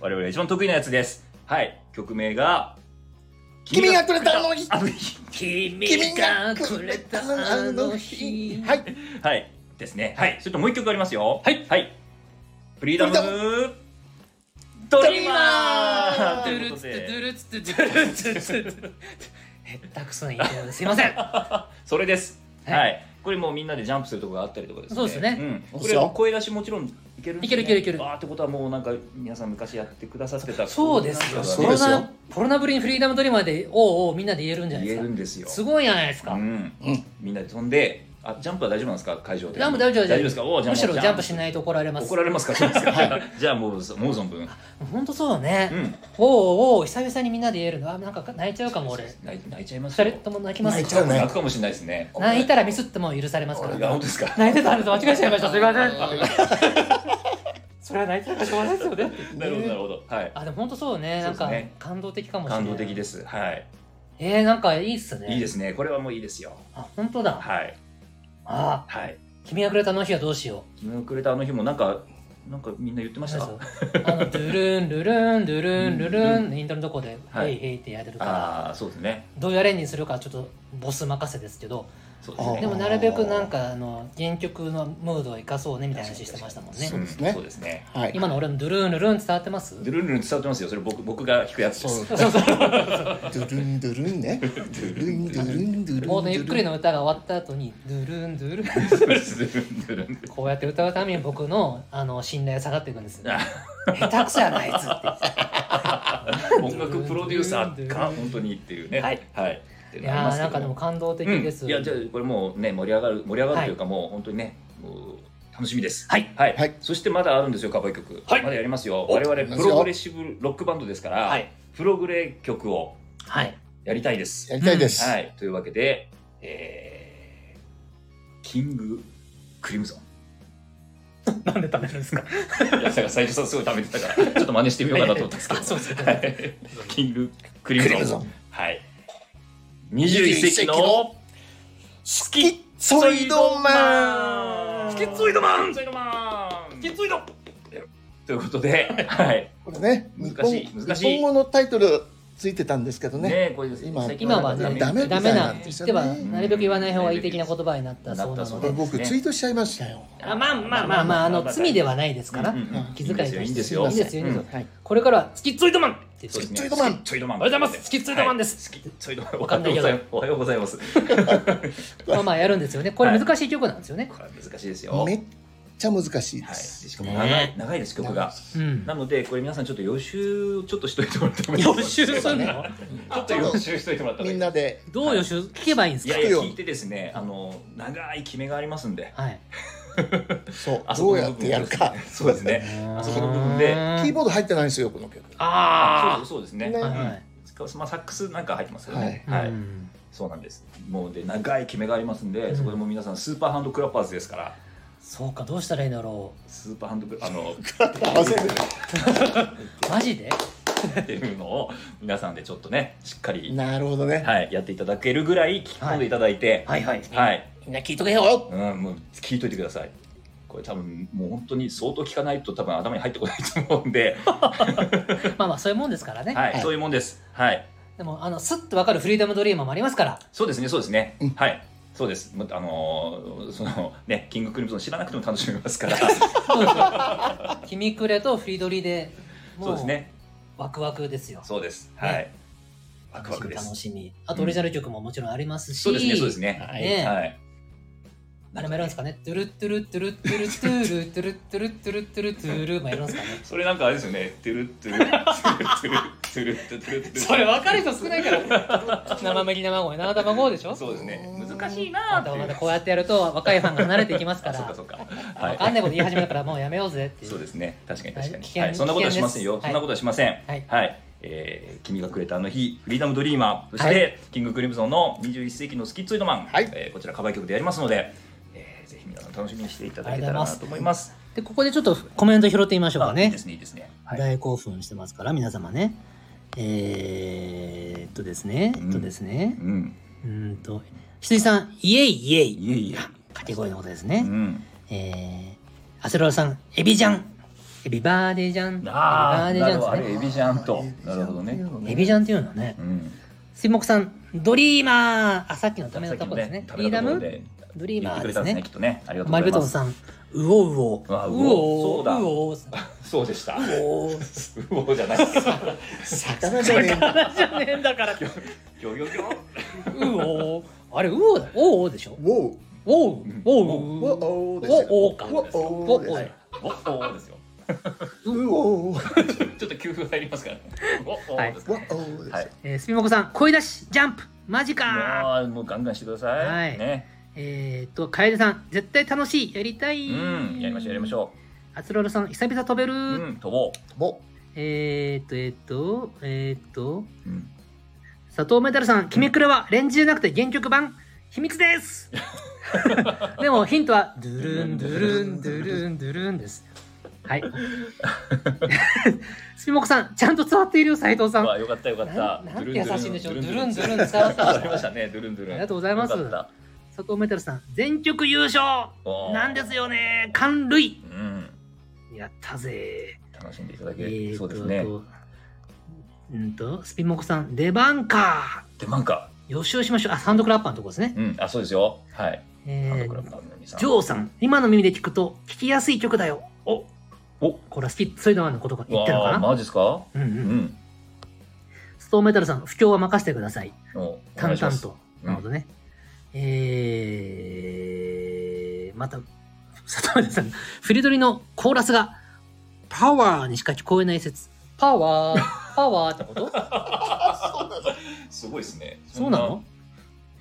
我々が一番得意なやつです。はい。曲名が、君がくれたあの日あの日。君がくれたあの日。はいはい。ですね。はい。それともう一曲ありますよ。はい。はい。フリーダムフリドリーリーマーマーとドいゥうルことツってドゥで、ルツってドゥルツってドゥルツへったくそな言い方ですいません。 それです。はいはい。これもうみんなでジャンプするとこがあったりとかですね。そうですねうん。そこうですよれ声出しもちろんいけるんですねいけるいけるいけるああってことはもうなんか皆さん昔やってくださってた。そうですよ。コそうでロすよナ、コロナぶりにフリーダムドリマーで、おうおうみんなで言えるんじゃ言ないえでするか。んですすよ。ごいじゃないですかう。ん。うんみんなで飛んで、あジャンプは大丈夫なんですか会場で。ジャンプ大丈夫大丈夫ですか。おーむしろジャンプしい。ないと怒られます怒。られますか。そうですか。 じゃあもうもう存分。本当そうだねう。ん。おうおうおう久々にみんなで言えるのはなんか泣いちゃうかも俺。泣い泣いちゃいます二よ人。とも泣きますよ泣いちゃうね泣くかもしれないですね。泣いたらミスっても許されますかいやら。本当ですか。泣いて たんです間違えちゃいました。すいません。それは泣いちゃうからしょうがないですよね。なるほどなるほど。はい。あでも本当そうね。なんそかうですね感動的かもしれない。感動的です。はい。えー、なんかいいっすね。。いいですすね。これはもういいですよ。あ本当だ。はいあはい。君がくれたあの日はどうしよう。昨日くれたあの日もなんかなんかみんな言ってました。そうあのドゥルンルルンドゥルンルルンイントロのとこで「はヘいイヘイ」ってやってるからああそうですね。どういうアレンジするかちょっとボス任せですけどそうですね。でもなるべくなんかあの原曲のムードを生かそうねみたいな話してましたもんねそうですねんそうですね。はい今の俺のドゥルンルルン伝わってますドゥルンルン伝わってますよ。それ僕僕が弾くやつでそうす。ドゥルンドゥルンねドゥルンドゥルンドゥルンもうねゆっくりの歌が終わった後にドゥルンドゥルンドゥルンドゥルン。こうやって歌うために僕のあの信頼が下がっていくんですあ下手くそやなあいつって音楽プロデューサーか本当にっていうね。はいはい。ってういのありやまーすなけどんかでも感動的うんですいやじゃあこれもうね盛り上がる盛り上がるというか、もう本当にねもう楽しみですはいはい、はいそしてまだあるんですよカバー曲、はいまだやりますよお我やり々まプすよログレッシブロックバンドですから、はいプログレ曲をはいやりたいですやりたいですはいというわけで、えー、キングクリムゾンなんで食べるんですかいやだから最初さすごい食べてたから ちょっと真似してみようかなと思ったんですけどあそうですねはいキングクリムクゾリンムゾンはい21世紀のスキッソイドマンスキッツイドマンスキッツイドマンスキッツイドということで、はい。これね日難本しい難しい日本語のタイトルついてたんですけどねね、これです今最近今はねねダメダみメたいななんで言っすよてねはなるべく言わない方がいい的な言葉になったそうなので僕ツイートしちゃいましたよあまあまあまあまああの罪ではないですからうんうんうん気遣いとしていいんですいよ。いんですよいいんですようんはいこれからはスキッツイドマンって言ってそうですねスキッツイドマンスキッツイドマン。おはようございますスキッツイドマンですはいスキッツイドマン。おわかんないけどはようございます。まあまあやるんですよねこれ難しい曲なんですよねこれは難しいですよ。めっちゃ難しいはでい。すしかも長いね長いです曲が。うんなのでこれ皆さんちょっと予習をちょっとしといてもらってもいい予習す ちょんのっと予習しといてもらった方がみいんい。なでどう予習聞けばいいんですいかやいや聞いてですね、あの長い決めがありますんで。はいそうあそどこうのや部っ分てやるかそうですね。 あそこの部分でキーボード入ってないんですよこの曲ああそうそうですね。ねあーはいはうんまあ、サックスなんか入ってますよね。いはい、うんそうなんです。もうで長い決めがありますんで、うんそこでもう皆さんスーパーハンドクラッパーズですから、そうか、どうしたらいいんだろスーパーハンドクラあの合わせるう。マジで っていうのを皆さんでちょっとねしっかり、なるほどね。はい、やっていただけるぐらい聞き込んでいただいて、はいはい。はいみんな聞いとけよ。うん、もう聞いといてください。これ多分もう本当に相当聞かないと多分頭に入ってこないと思うんで、まあまあ、そういうもんですからね。はい、はいそういうもんです。はい、でも、あの、スッとわかるフリーダムドリーマーもありますから。そうですね、そうですねうん。はい、そうです。まあのーそのね、キングクリムゾン知らなくても楽しめますから、君くれとフリドリで、もそうですね、ワクワクですよ。そうです。はい、ワクワ楽しクみで楽す。しみ。あと、オリジナル曲ももちろんありますし。そうですね、そうですね。はいねはい。あれもやるんですかね。トゥルットゥルットゥルットゥルットゥルットゥルットゥルットゥルットゥルットゥルもやるんですかね。それなんかあれですよね。トゥルットゥルットゥルットゥルットゥルットゥルットゥルットゥルッそれ分かる人少ないから。生麦生声、生卵でしょ。そうですね。難しいまなーたまっていたう。こうやってやると若いファンが離れていきますかあ、そっらか。そっか。わかんはないこと言い始めたからもうやめようぜってい。いう。そうですね。確かに確かはい危に。険はい。そんなことは危し険まですせんよ。はいそんなことはしません。はいはい。えー君がくれたあの日、フリーダムドリーマー、そしはて、キングクリムゾンの21世紀のスキッツイドマン、はいえーこちらカバー曲でやりますので、えーぜひ皆さん楽しみにしていただけたらなと思います。でここでちょっとコメント拾ってみましょうかあいいねで。すね、いいですね。はい。大興奮してますから皆様ね。えー、っとですね、うんえっとですねう、ん。うーんと、ひついさん、イエイイエイ、いえいえ。掛け声のことですうね。ん。えー、アセロラさん、エビジャン、エビバーデージャン、エビあバーあ、デーなジるャほンど。あですね。れ、エビジャンと。なるほどね。エビジャンっていうのねう。ん。水木さん、ドリーマー、あ、さっきのためのとこですね。さっフきリーダのね食べたところム、でドリーマ言ってーでくれたすんでねすね、き。っとね。ありがとうごマざルベいトまンす。さん、うおうお。うわうおそうだう おうそうでした。うお。うおう。おじゃないですか。魚じゃねえんだ。じゃねえんだから。ぎょぎょぎょ。うおう。あれ、うおうだ。おうおうでしょ。おう。おう。おう。うおうですよ。おうか。うおおううですよ。おおですよ。うおう。ちょっと給付入りますからね。おおはいです。わおうですはい。えー、スピモコさん、声出し、ジャンプ、マジかー。まあもうガンガンしてくださはいい。ね。えーっと、楓さん、絶対楽しい、やりたい。うん。やりましょうやりましょう。アツロールさん、久々飛べる。う。うん。飛ぼもえーっと、えーっと、えーっと、う。うん。佐藤メタルさん、キメクラはレンジじゃなくて原曲版、秘密ですでもヒントは、ドゥルン、ドゥルン、ドゥルン、ドゥルンです。はい。 スピモコさん、ちゃんと伝わっているよ、斉藤さん。わあよかったよかった。なんなんて優しいんでしょうドゥドゥルンドゥルン伝わったりましたね。ドゥルンドゥルン。ありがとうございますよかった佐藤メタルさん、全曲優勝おーなんですよね、冠類うん。やったぜ。楽しんでいただえけーそうですあね。とうんと、スピモコさん、出番かでなんか、予習しましょう。あ、サンドクラッパーのとこですね。うん。あそうですよ。はい。ハンえドクラーブの皆さんジョーさん、今の耳で聞くと聞きやすい曲だよ。おおこれはスキッツイドマンのことが言ってるのわかあな、マジですか。うんう。うんん。ストーンメタルさん、不況は任せてください。お淡々。おと。うんなるほどね。えー、また、佐藤メタルさん、フリドリのコーラスが、パワーにしか聞こえない説。パワー、パワーってこと願いしますすごいですね。そうなの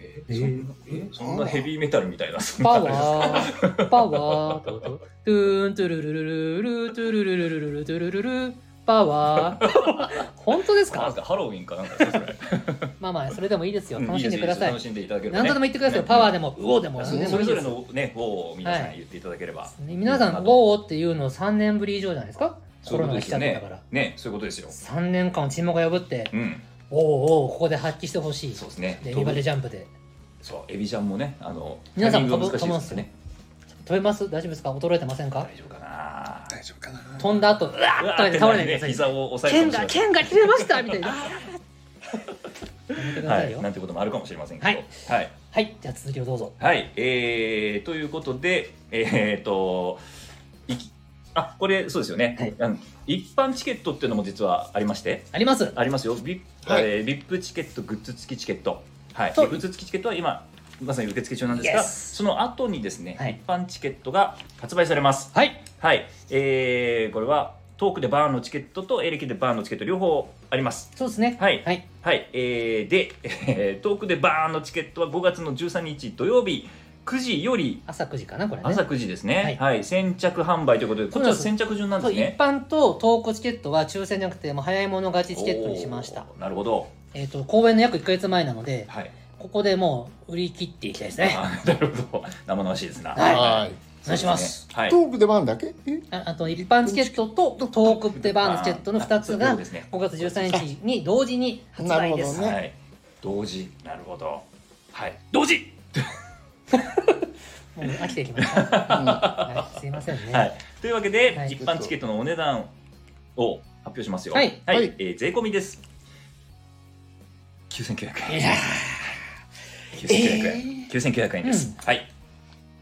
ええーーそんなヘビーメタルみたいな。そんなパ感じですかワー、パワーってことトゥーン、トゥルルルルル、トゥルルルルル、トゥルルルル、パワー。本当ですなんかかハロウィンかなんかですかそれまあまあ、それでもいいですよ。う楽しんでください。楽しんでいただければね何度でも言ってくださいよ。パワーでもも、ウオでも、何でそもいれいぞでれす。のね、ウォーを皆さはんい言っていただければ。皆さん、ウォーっていうのを3年ぶり以上じゃないですかそコういロうこナとが来ちゃですよったかねら。。ね、そういうことですよ。 3年間沈黙を破ってう、ん、ウォーウォー、ここで発揮してほしいそ。うですね。で、エビバデジャンプで。そう、エビジャンもね、あの、皆さんタイミングが難しいですね。飛べます大丈夫ですか衰えてませんか大丈夫かな。う。大丈夫かな。飛んだ後、うわうーわっとーかで倒れないでねください。膝を押さえ剣るかがもしれ剣が切れました みたいな。やめてくださいよ。ない。はい、なはい、んてこともあるかもしれませんけど。はいはい。じゃあ続きをどうぞ。はい、えー、ということで、えー、と、いきあ、これ、そうですよね、はいあの一般チケットっていうのも実はありまして、あります。ありますよ。ビッ、はいえービップチケット、グッズ付きチケット。はい。そうグッズ付きチケットは今、まさに受付中なんですが、 Yes その後にですね、はい一般チケットが発売されます。はい。はい。えー、これは、トークでバーンのチケットとエレキでバーンのチケット両方あります。そうですね。はいはい。はい、えーで、えートークでバーンのチケットは5月の13日土曜日9時より朝9時かなこれね。朝9時ですね、ははい先着販売ということで、こっちは先着順なんでそうす一ね。般とトークチケットは抽選じゃなくてもう早い者勝ちチケットにしましたおー。なるほど。えっ、と公演の約1ヶ月前なのではい。ここでもう売り切っていきたいですね。あーなるほど。生々しいですな。はいはい。願いします。はいト。ークでワンだけえああと、一般チケットとトークデバーのチケットの2つそうがで、すね5月13日に同時に発売でなるほす。どねはい。同時。なるほど。はい。同時。もう飽きてきました。うんはい、すいませんね。はい。というわけで、はい一般チケットのお値段を発表しますよ。はいははいい。えー税込みです。九千九百円。いや九千九百円。九千九百円ですうん。はい。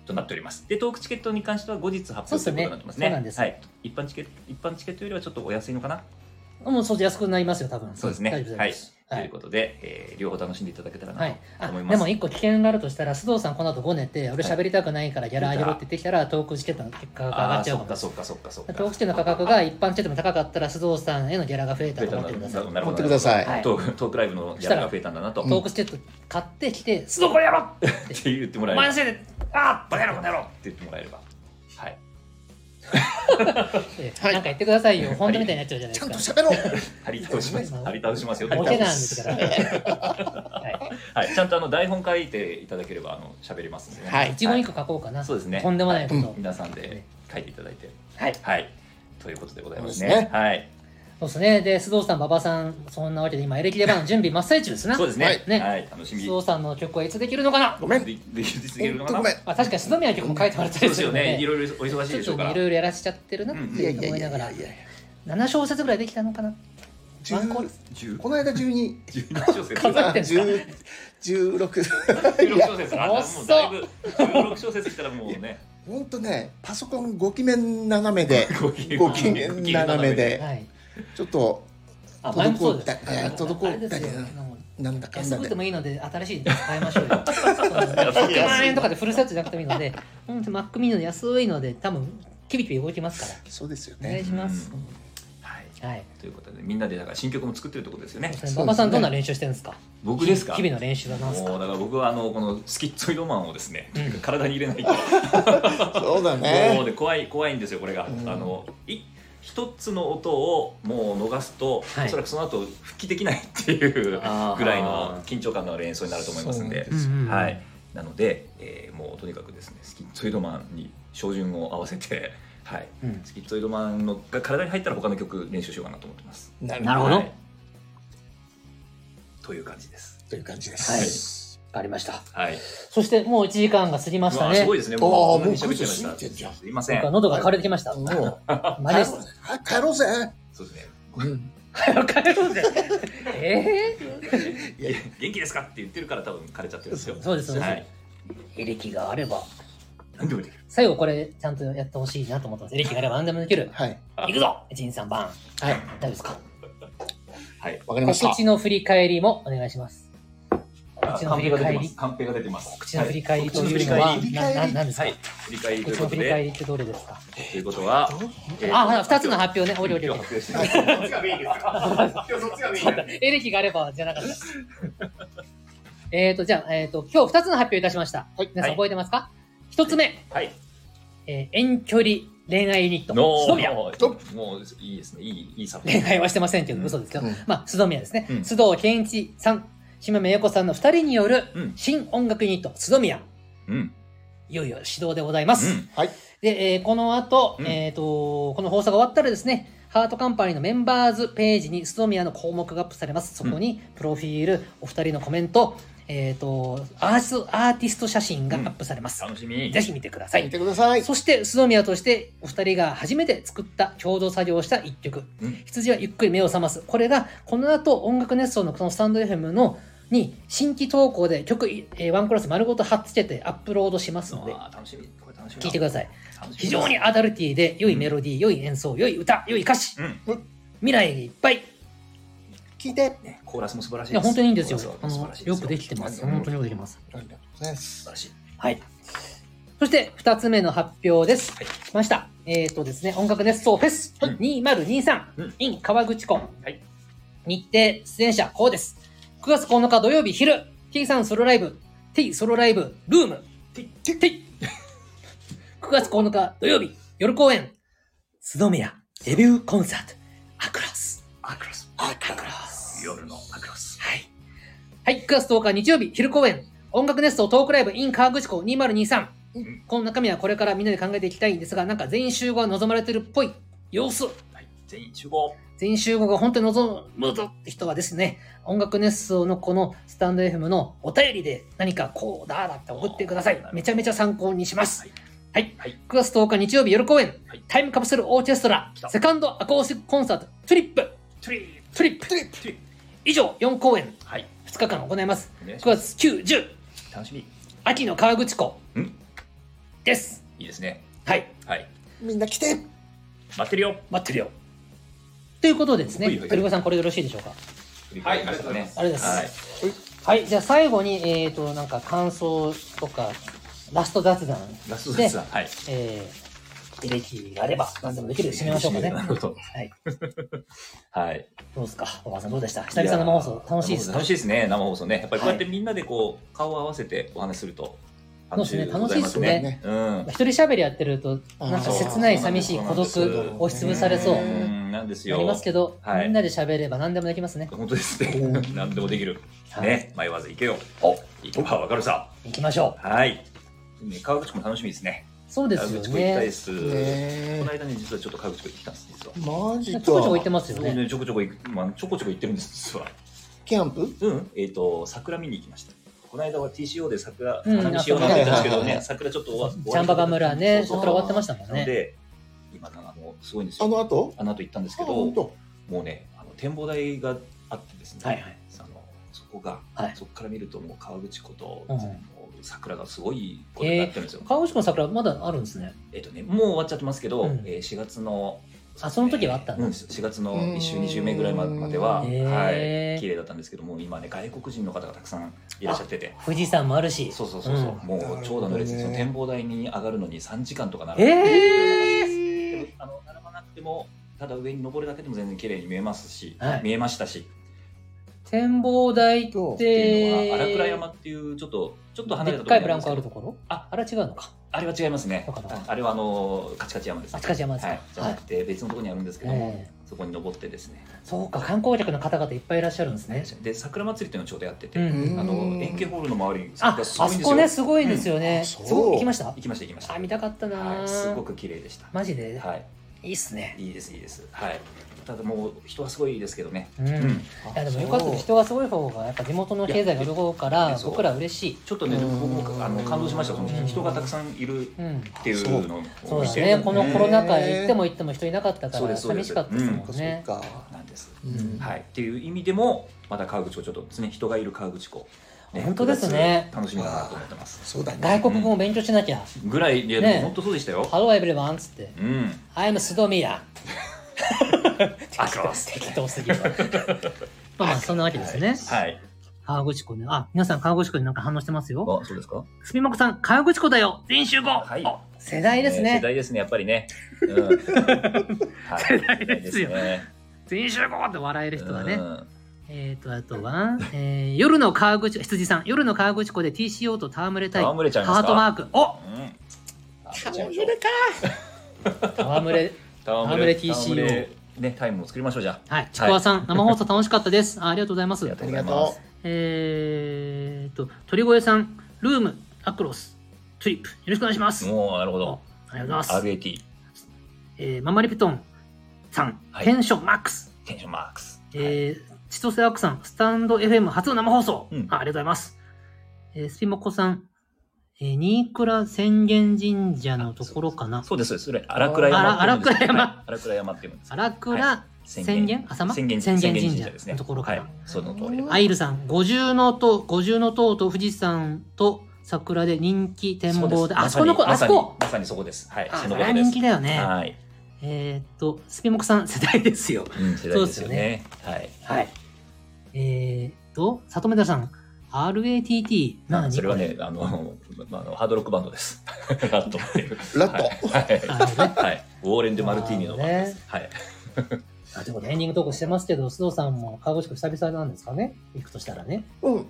となっております。で、トークチケットに関しては後日そ発うっ表すといようねことになってますね。そうなんですはい。一般チケット、一般チケットよりはちょっとお安いのかな。もうそう安くなりますよ、多分。そうですね大丈夫です。はというい。ことで、えー両方楽しんでいただけたらなはとい、あ思いますでも一個危険があるとしたら須藤さんこの後ごねて俺喋りたくないからギャラ上げろって言ってきたらトークチケットの結果が上があっあ、ちゃうかそっもかそっかそっかそっか。トークチケットの価格が一般チケットも高かったら須藤さんへのギャラが増えたと思ってくださいなるほど持ってください。はいトークトークライブのギャラが増えたんだなと。トークチケット買ってきて「須ど藤ここれややろろ!」って言ってもおらえ前れのば。せいであバカ野郎この野郎って言ってもらえれば。はい。ーはいなんか言ってくださいよ本当みたいになっちゃうじゃないちでゃすんかと喋ろう。張り倒します。張り倒しますよ。ボケなんですから、ははい。ちゃんとあの台本書いていただければあの喋りますんでね。はいい、一言一句書こうかな、そうですねとんでもないこと、は皆さんで書いていただいて。はいはい。ということでございますそうですねね。はい。そうですね。で、須藤さん、馬場さん、そんなわけで今、エレキレバーの準備真っ最中ですな。そうですね。ねはい。楽しみ。須藤さんの曲はいつできるのかなごめん。で本で実現当のかごめんな。。あ確かに須藤宮の曲も書いてもらったそりうですするよので、 ね。いろいろお忙しいでしちょっょとうねからい。ろいろやらしちゃってるなっうんいやいてや思いいなやがいらや、いや。 7小節ぐらいできたのかな十ワンコール十この間十二。十二小節。 数えてんすか十十六。十六小節。あ遅っもうだいぶ十六小節したらもうね。本当ね、パソコンご機嫌斜めで、ご機嫌ご機嫌斜めで、はい。ちょっとあ滞った前もそうですえー滞ったあれですよけどあのなんだかん安だくでて。もいいので、新しいの買いましょう よ。100万円とかでフルセットじゃなくてもいいので、本当マックミニの安いので、多分キビキビ動きますから。そうですよお願いね。します。うんはい。はい。ということでみんなでだから新曲も作ってるってことですよね。馬場さん、どんな練習してるんですか僕ですか。日々の練習は何ですもかうだから僕はあのこのスキッツイロマンをですね、うんとにかく体に入れないと、そうだもうね。で怖い怖いんですよこれが。うんあのい一つの音をもう逃すと、はいおそらくその後復帰できないっていうあーぐらいの緊張感のある演奏になると思いますんで、そうなんうんうんはい。なので、えーもうとにかくですねスキッツイロマンに照準を合わせて、はい。うんスキッツイロマンのが体に入ったら他の曲練習しようかなと思ってます。ななるほどはいという感じです。という感じではいす。わかりました。はい。そしてもう1時間が過ぎましたうわすね。ごいですね。ああこんなに喋っちゃいましたもうぐっすりいってんじゃんすいませなんんか。喉が枯れてきました。もうマ帰ジろですうぜ。あ帰ろうぜ。そうですね。うん帰ろうぜ。えいやいや元気ですかって言ってるから多分枯れちゃってるんですよ。そうですそうですはい。え。エレキがあれば。何でもできる。最後これちゃんとやってほしいなと思ったんです。エレキがあれば何でもできる。はい。いくぞ !1、2、3番。はい。大丈夫ですかはい。わかりました告。知の振り返りもお願いします。あ口のカン振ペりが出て返ます。り。カンペが出てます。口の振り返りとはいいうのは口の振り返り何ですかはい。振り返りという口のこ振とり返で、りってどれですかということは、えーあ、ほら、2つの発表ね。おりおりおり今日発表してますそっちがメインですから。今日そっちがメインなんで。エレキがあればじゃなかった。 えっと、じゃあ、えっ、と、今日2つの発表いたしました。はい皆さん覚えてますか、一 ?1 つ目、はい。えー遠距離恋愛ユニット、の須宮。もういいですね。いいいい作恋品。愛はしてませんけど、うん嘘ですけど、うんまあ、須藤宮ですね。うん須藤健一さん、島目横さんの2人によるうん新音楽ユニット、須宮。うん。いよいよ始動でございます。うんで、えーこの後、うんえっ、と、この放送が終わったらですね、ハートカンパニーのメンバーズページに須藤宮の項目がアップされます。そこに、プロフィール、お二人のコメント、えっ、とアース、アーティスト写真がアップされます。楽しみ。ぜひ見てください見。てください。そして、須宮として、お二人が初めて作った共同作業をした一曲、うん羊はゆっくり目を覚ます。これが、この後、音楽熱奏のこのスタンド FM の、に、新規投稿で曲、えーワンクラス丸ごと貼っつけてアップロードしますので、あー楽しみ。これ楽しみだ。聞いてください。楽しみです非常にアダルティーで、良いメロディー、良い演奏、良い歌、良い歌詞、うん。未来がいっぱい。聞いて。ねコーラスも素晴らしいいや、本当にいいんですよコー。あラスは素の晴らしいすよくできてます。本当によくできてます。ありがとうございます。素晴らしい。はい。そして、二つ目の発表です。はい来ました。えっ、とですね、音楽熱奏フェスうん2023、うん in 川口湖。はい日程、出演者、こうです。9月9日土曜日昼、T さんソロライブ、T ソロライブ、ルーム、T、T、T。9月9日土曜日、夜公演、須戸宮デビューコンサート、アクロス。アクロス。アクロス。夜のアクロス。はい。はい、9月10日日曜日、昼公演、音楽ネストトークライブ in 河口湖2023。この中身はこれからみんなで考えていきたいんですが、なんか全員集合が望まれてるっぽい様子。はい、全員集合。全員集合が本当に望むぞって人はですね、音楽熱奏のこのスタンド FM のお便りで何かこうだーだって送ってください。めちゃめちゃ参考にします。はい。はい9月10日日曜日夜公演、はいタイムカプセルオーケストラ来、たセカンドアコースティックコンサート、トゥリップ、トゥリートゥリップ、トリップトゥリー以上4公演、はい、 2日間行います。お願いし9ま月9、10、す。楽しみ。秋の河口湖うんです。いいですね。はい。はい。みんな来て待ってるよ。待ってるよ。ということでですね、はいはい鳥越さん、これよろしいでしょうか。はいありがとうございますありがとうございまははい、じゃあ最後に、えっ、と、なんか感想とか、ラスト雑談、い。ラストですが、はい。えー、履歴があれば、何でもできる締めましょうかね。なるほど。はい。はい。どうですかお母さんどうでした久々の生放送、楽しいですか楽しいですね、生放送ね。やっぱりこうやってはみんなでこう、顔を合わせてお話しすると、そうですねでござま楽すしいですね。うん一。人喋りやってると、なんか切ない、寂しい、孤独、そう押しつぶされそうう、んなんですなよ。りますけど、はいみんなで喋れば何でもできますね。本当ですねう。ん何でもできる。はい、ね、迷わず行けよ。お行けばわかるさ。行きましょう。はい。ね川口湖も楽しみですね。そうです川よ口湖行きたいでね。す。ねこの間ね、実はちょっと川口湖行ってきたんです、実は。マジちょかこちょこ行ってますよね。ちょこちょこ行く、まあ、ちょこちょこ行ってるんです、実は。キャンプうん、えっ、と、桜見に行きました。この間は TCO で桜、うん花見しようなんて言ったんですけどはいはいねは、い桜ちょっと終わ終わりジャンバガ村ね、そうそう桜終わってましたもんなのね。で、今なんかもうすごいんですよ。ああのの後後行ったんですけあど、本も当うね、あの展望台があってですね、はいはいあのそこが、はいそこから見るともう川口湖と、うんもう桜がすごいことになってるんですよ。川口湖の桜まだあるんですね。えっ、とね、もう終わっちゃってますけど、うんえー4月のあその時はあったんだうん、4月の1週2週目ぐらいまでは、へーはい、綺麗だったんですけどもう今ね外国人の方がたくさんいらっしゃってて富士山もあるし。そうそうそうそう、もう長蛇の列でそなるほどねの展望台に上がるのに3時間とか並んで、ええでもあの並ばなくてもただ上に登るだけでも全然綺麗に見えますし、はい見えましたしっ展望台っってていうのは荒倉山っていうちょっとちょっと離でったれとこかろいブランコあるとところああれは違うのかあれは違いますねそうかそうかあれはあのカチカチ山ですあちかち山ですか、はい、じゃはないくて別のところにあるんですけども、えそこに登ってですねえそうか観光客の方々いっぱいいらっしゃるんですねで桜祭りっていうのをちょうどやってて、うんあうんの円形ホールの周りにあ桜あすごいそんですこよねすごいですようんね、あすそうごい行きました行きました行きましたあ見たかったなー、はい、すごく綺麗でしたマジで、はいい、いっすねいいですいいですはいただもう人はすごいですけどね、うん、いやでもよかった人がすごい方がやっぱ地元の経済が潤うからそう僕ら嬉しいちょっとねうん僕もあの感動しましたそのうん人がたくさんいるうんっていうのをそうだ見てねこのコロナ禍へー行っても行っても人いなかったかそうでらすそう寂ですしかったですもんね、そっかなんですうんはいっていう意味でもまた川口湖ちょっと常に人がいる川口湖、本当ですね9月楽しみだなと思ってますそうだね外国語も勉強しなきゃ、ぐらいで、ね本当そうでしたよハローエブリワンっつってうん I'm Sudomiya あそうです適当すぎるわまあまあそんなわけですね、はい川口湖ねあ皆さん川口湖になんか反応してますよあそうですかすみまこさん川口湖だよ全員集合、はいお世代ですえーね世代ですねやっぱり ね、うんはい、世代ですよ代ね全員集合って笑える人がね、うんえっ、ー、とあとは、えー、夜の川口羊さん夜の川口湖で TCO と戯れたい戯れちゃいますハかートマークおうんあ戯れ戯れれ TCO 戯れねタイムも作りましょうじゃはいちくわさん、生放送楽しかったですあありがとうございまあすりがとうあごりざいがまとすえー、と鳥越さんルームアクロストリップよろしくお願いしますあもうなるほどりがとうございます RAT えーママリプトンさん、はいテンションマックス、テンションマックスえー千歳アクさん、スタンド FM 初の生放送、うんあありがとうございます。えースピモコさん、えー新倉浅間神社のところかな。そうですそうですそれ荒倉山あらっていうん荒倉です山はい荒倉山っていうんです荒倉浅間浅間宣言浅間宣言神神社社ですねのところからはいその通りですアイルさん、五重の塔、五重の塔と富士山と桜で人気展う望でですあそこの子、まあさそにこまさにそこですはいあ、そそのれこはとで人す気だよね。はいえーっと、スピモコさん、世代ですよ。うん世代ですよねはいはい。えー、っと、里目田さん、RATT、あ何それはこねあのまああのハードロックバンドです ラットっていう ラットはいあ のねはいウォーレン・デ・マルティーニのバンドですなはいあということでエンディング投稿してますけど、須藤さんも川口湖久々なんですかね行くとしたらね。うん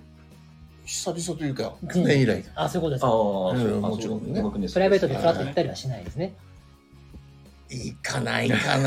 久々というかうん去年以来あ、そういうことですか。ああそううんあもちろんねそう僕ねプライベートでフラッと行ったりはしないですね。行かないか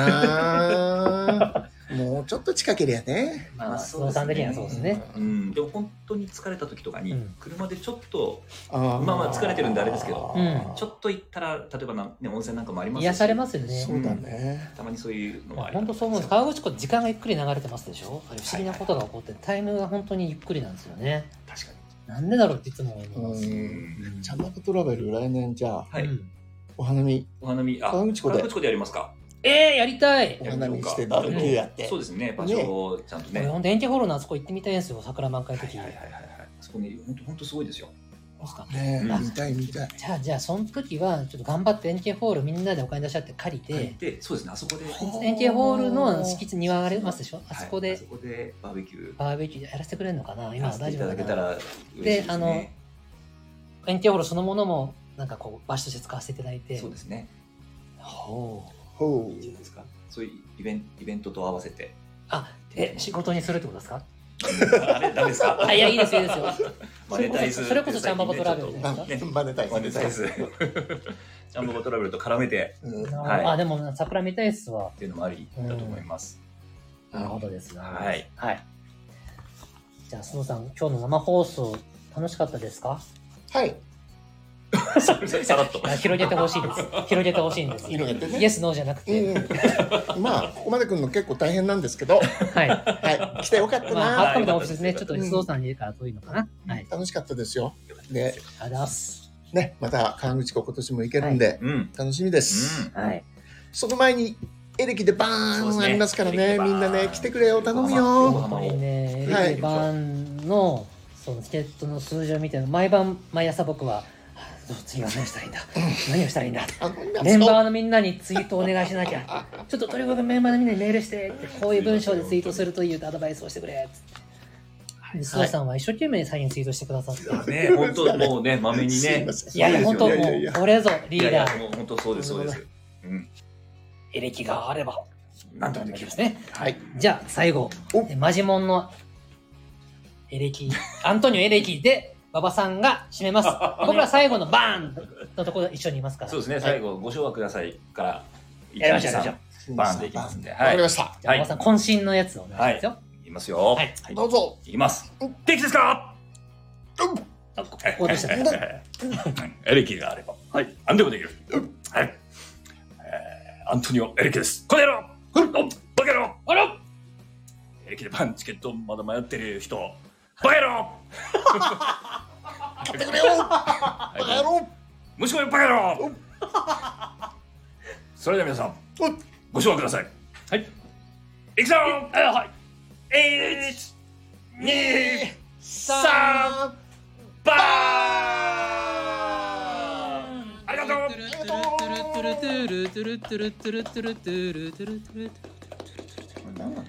なもうちょっと近けりゃねままあ、あスノーさん的にはそうですね。うん、でも本当に疲れた時とかに、うん車でちょっとあーまあまあ疲れてるんであれですけどうんちょっと行ったら例えばな、ね、温泉なんかもありますし癒されますよねそ。うだね、たまにそういうのもあり本当そう思うんです。川口湖って時間がゆっくり流れてますでしょあれ不思議なことが起こって、タイムが本当にゆっくりなんですよね。確かになんでだろうっていつもう思います。ん、うんちゃんなこトラベル来年じゃあはい、うんお花見お花見あ河口湖で河口湖でやりますかえー、やりたいお花見してやバーりベましょうかキューやって、そうですね場所をちゃんとね俺ほんと延期ホールのあそこ行ってみたいんですよ、桜満開の時。はいはいはいはいはいそこね本当本当すごいですよどうですかねえうん見たい見たいじゃあ、じゃあ、その時は、ちょっと頑張って延期ホールみんなでお金出し合って借りて、ででそうですねあそこでほ延期ホールの敷地庭がありますでしょあそこはいあでそこでバーベキューバーベキューやらせてくれるのかな今やはらせて大い丈た夫だけかたなら嬉しいですであのね延期ホールそのものも、なんかこう、場所として使わせていただいて。そうですねほうほいいじゃないうですかそういうイベンイベントと合わ せてあ、え、仕事にするってことですかあれダメですかあ、いや、いいですよ、いいですよ。マネタイズそれこそそれこそジャンババトラベルですちかょっとねバネたいマネタイズジャンボバトラベルと絡めてうんはいあ、でも、桜見たいっすわっ。ていうのもありだと思いますなるほどですね。はい。はい。じゃあ、須藤さん、今日の生放送、楽しかったですかはいさらっとあ広げてほしいです。広げてほしいんです。広げてねイエス、ノーじゃなくて。うん、まあここまで来るの結構大変なんですけど、はい。はい、来てよかったまあ、な、ハッカムのオフィスですね。ちょっとうん須藤さんに言うから遠いのかな。はい。楽しかったですよでありがとうございます。ねまた川口湖今年も行けるんで、うんうん楽しみです、はい。その前にエレキでバそうでーすンねありますからエレキでねバーみンんなね来てくれよ頼む横よ本浜当にね、はいエレキバンの、そのチケットの数字を見て、毎晩、毎朝僕は、はあどう次は何をしたらいいんだ何をしたらいいんだあの皆さんメンバーのみんなにツイートお願いしなきゃ。ちょっととにかくメンバーのみんなにメールしてって、こういう文章でツイートするというアドバイスをしてくれっつって。で、須藤さんは一生懸命サインツイートしてくださって。ね本当も うねまめにすいねませんいやいや、そ本うですよ当もういやいやいや、これぞいリやーいダやー、もう本当そうですそうですうんエレキがあれば、なんとかででききるるですね。はいじゃあ、最後お、えマジモンのエレキ、アントニオエレキで、馬場さんが締 めます。僕ら最後のバーンのところ一緒にいますから。そうですね最後ご唱和くださいからやりましょうやりましょバーンでいきますんでわはかいりましたじゃあ、はい馬場さん、渾身のやつをお願いしますよ。いきますよはいいどうぞいきますできですかあこここでしたね。エレキがあればはい何でもできるはいえーアントニオ・エレキですこの野郎おバカ野郎あらエレキでパンチケットまだ迷ってる人バカ野郎 買ってくれよバカ野郎もしもよバカ野 郎それでは皆さんうんご唱和くださいはいいくぞはい一二三バーンありがとう何なの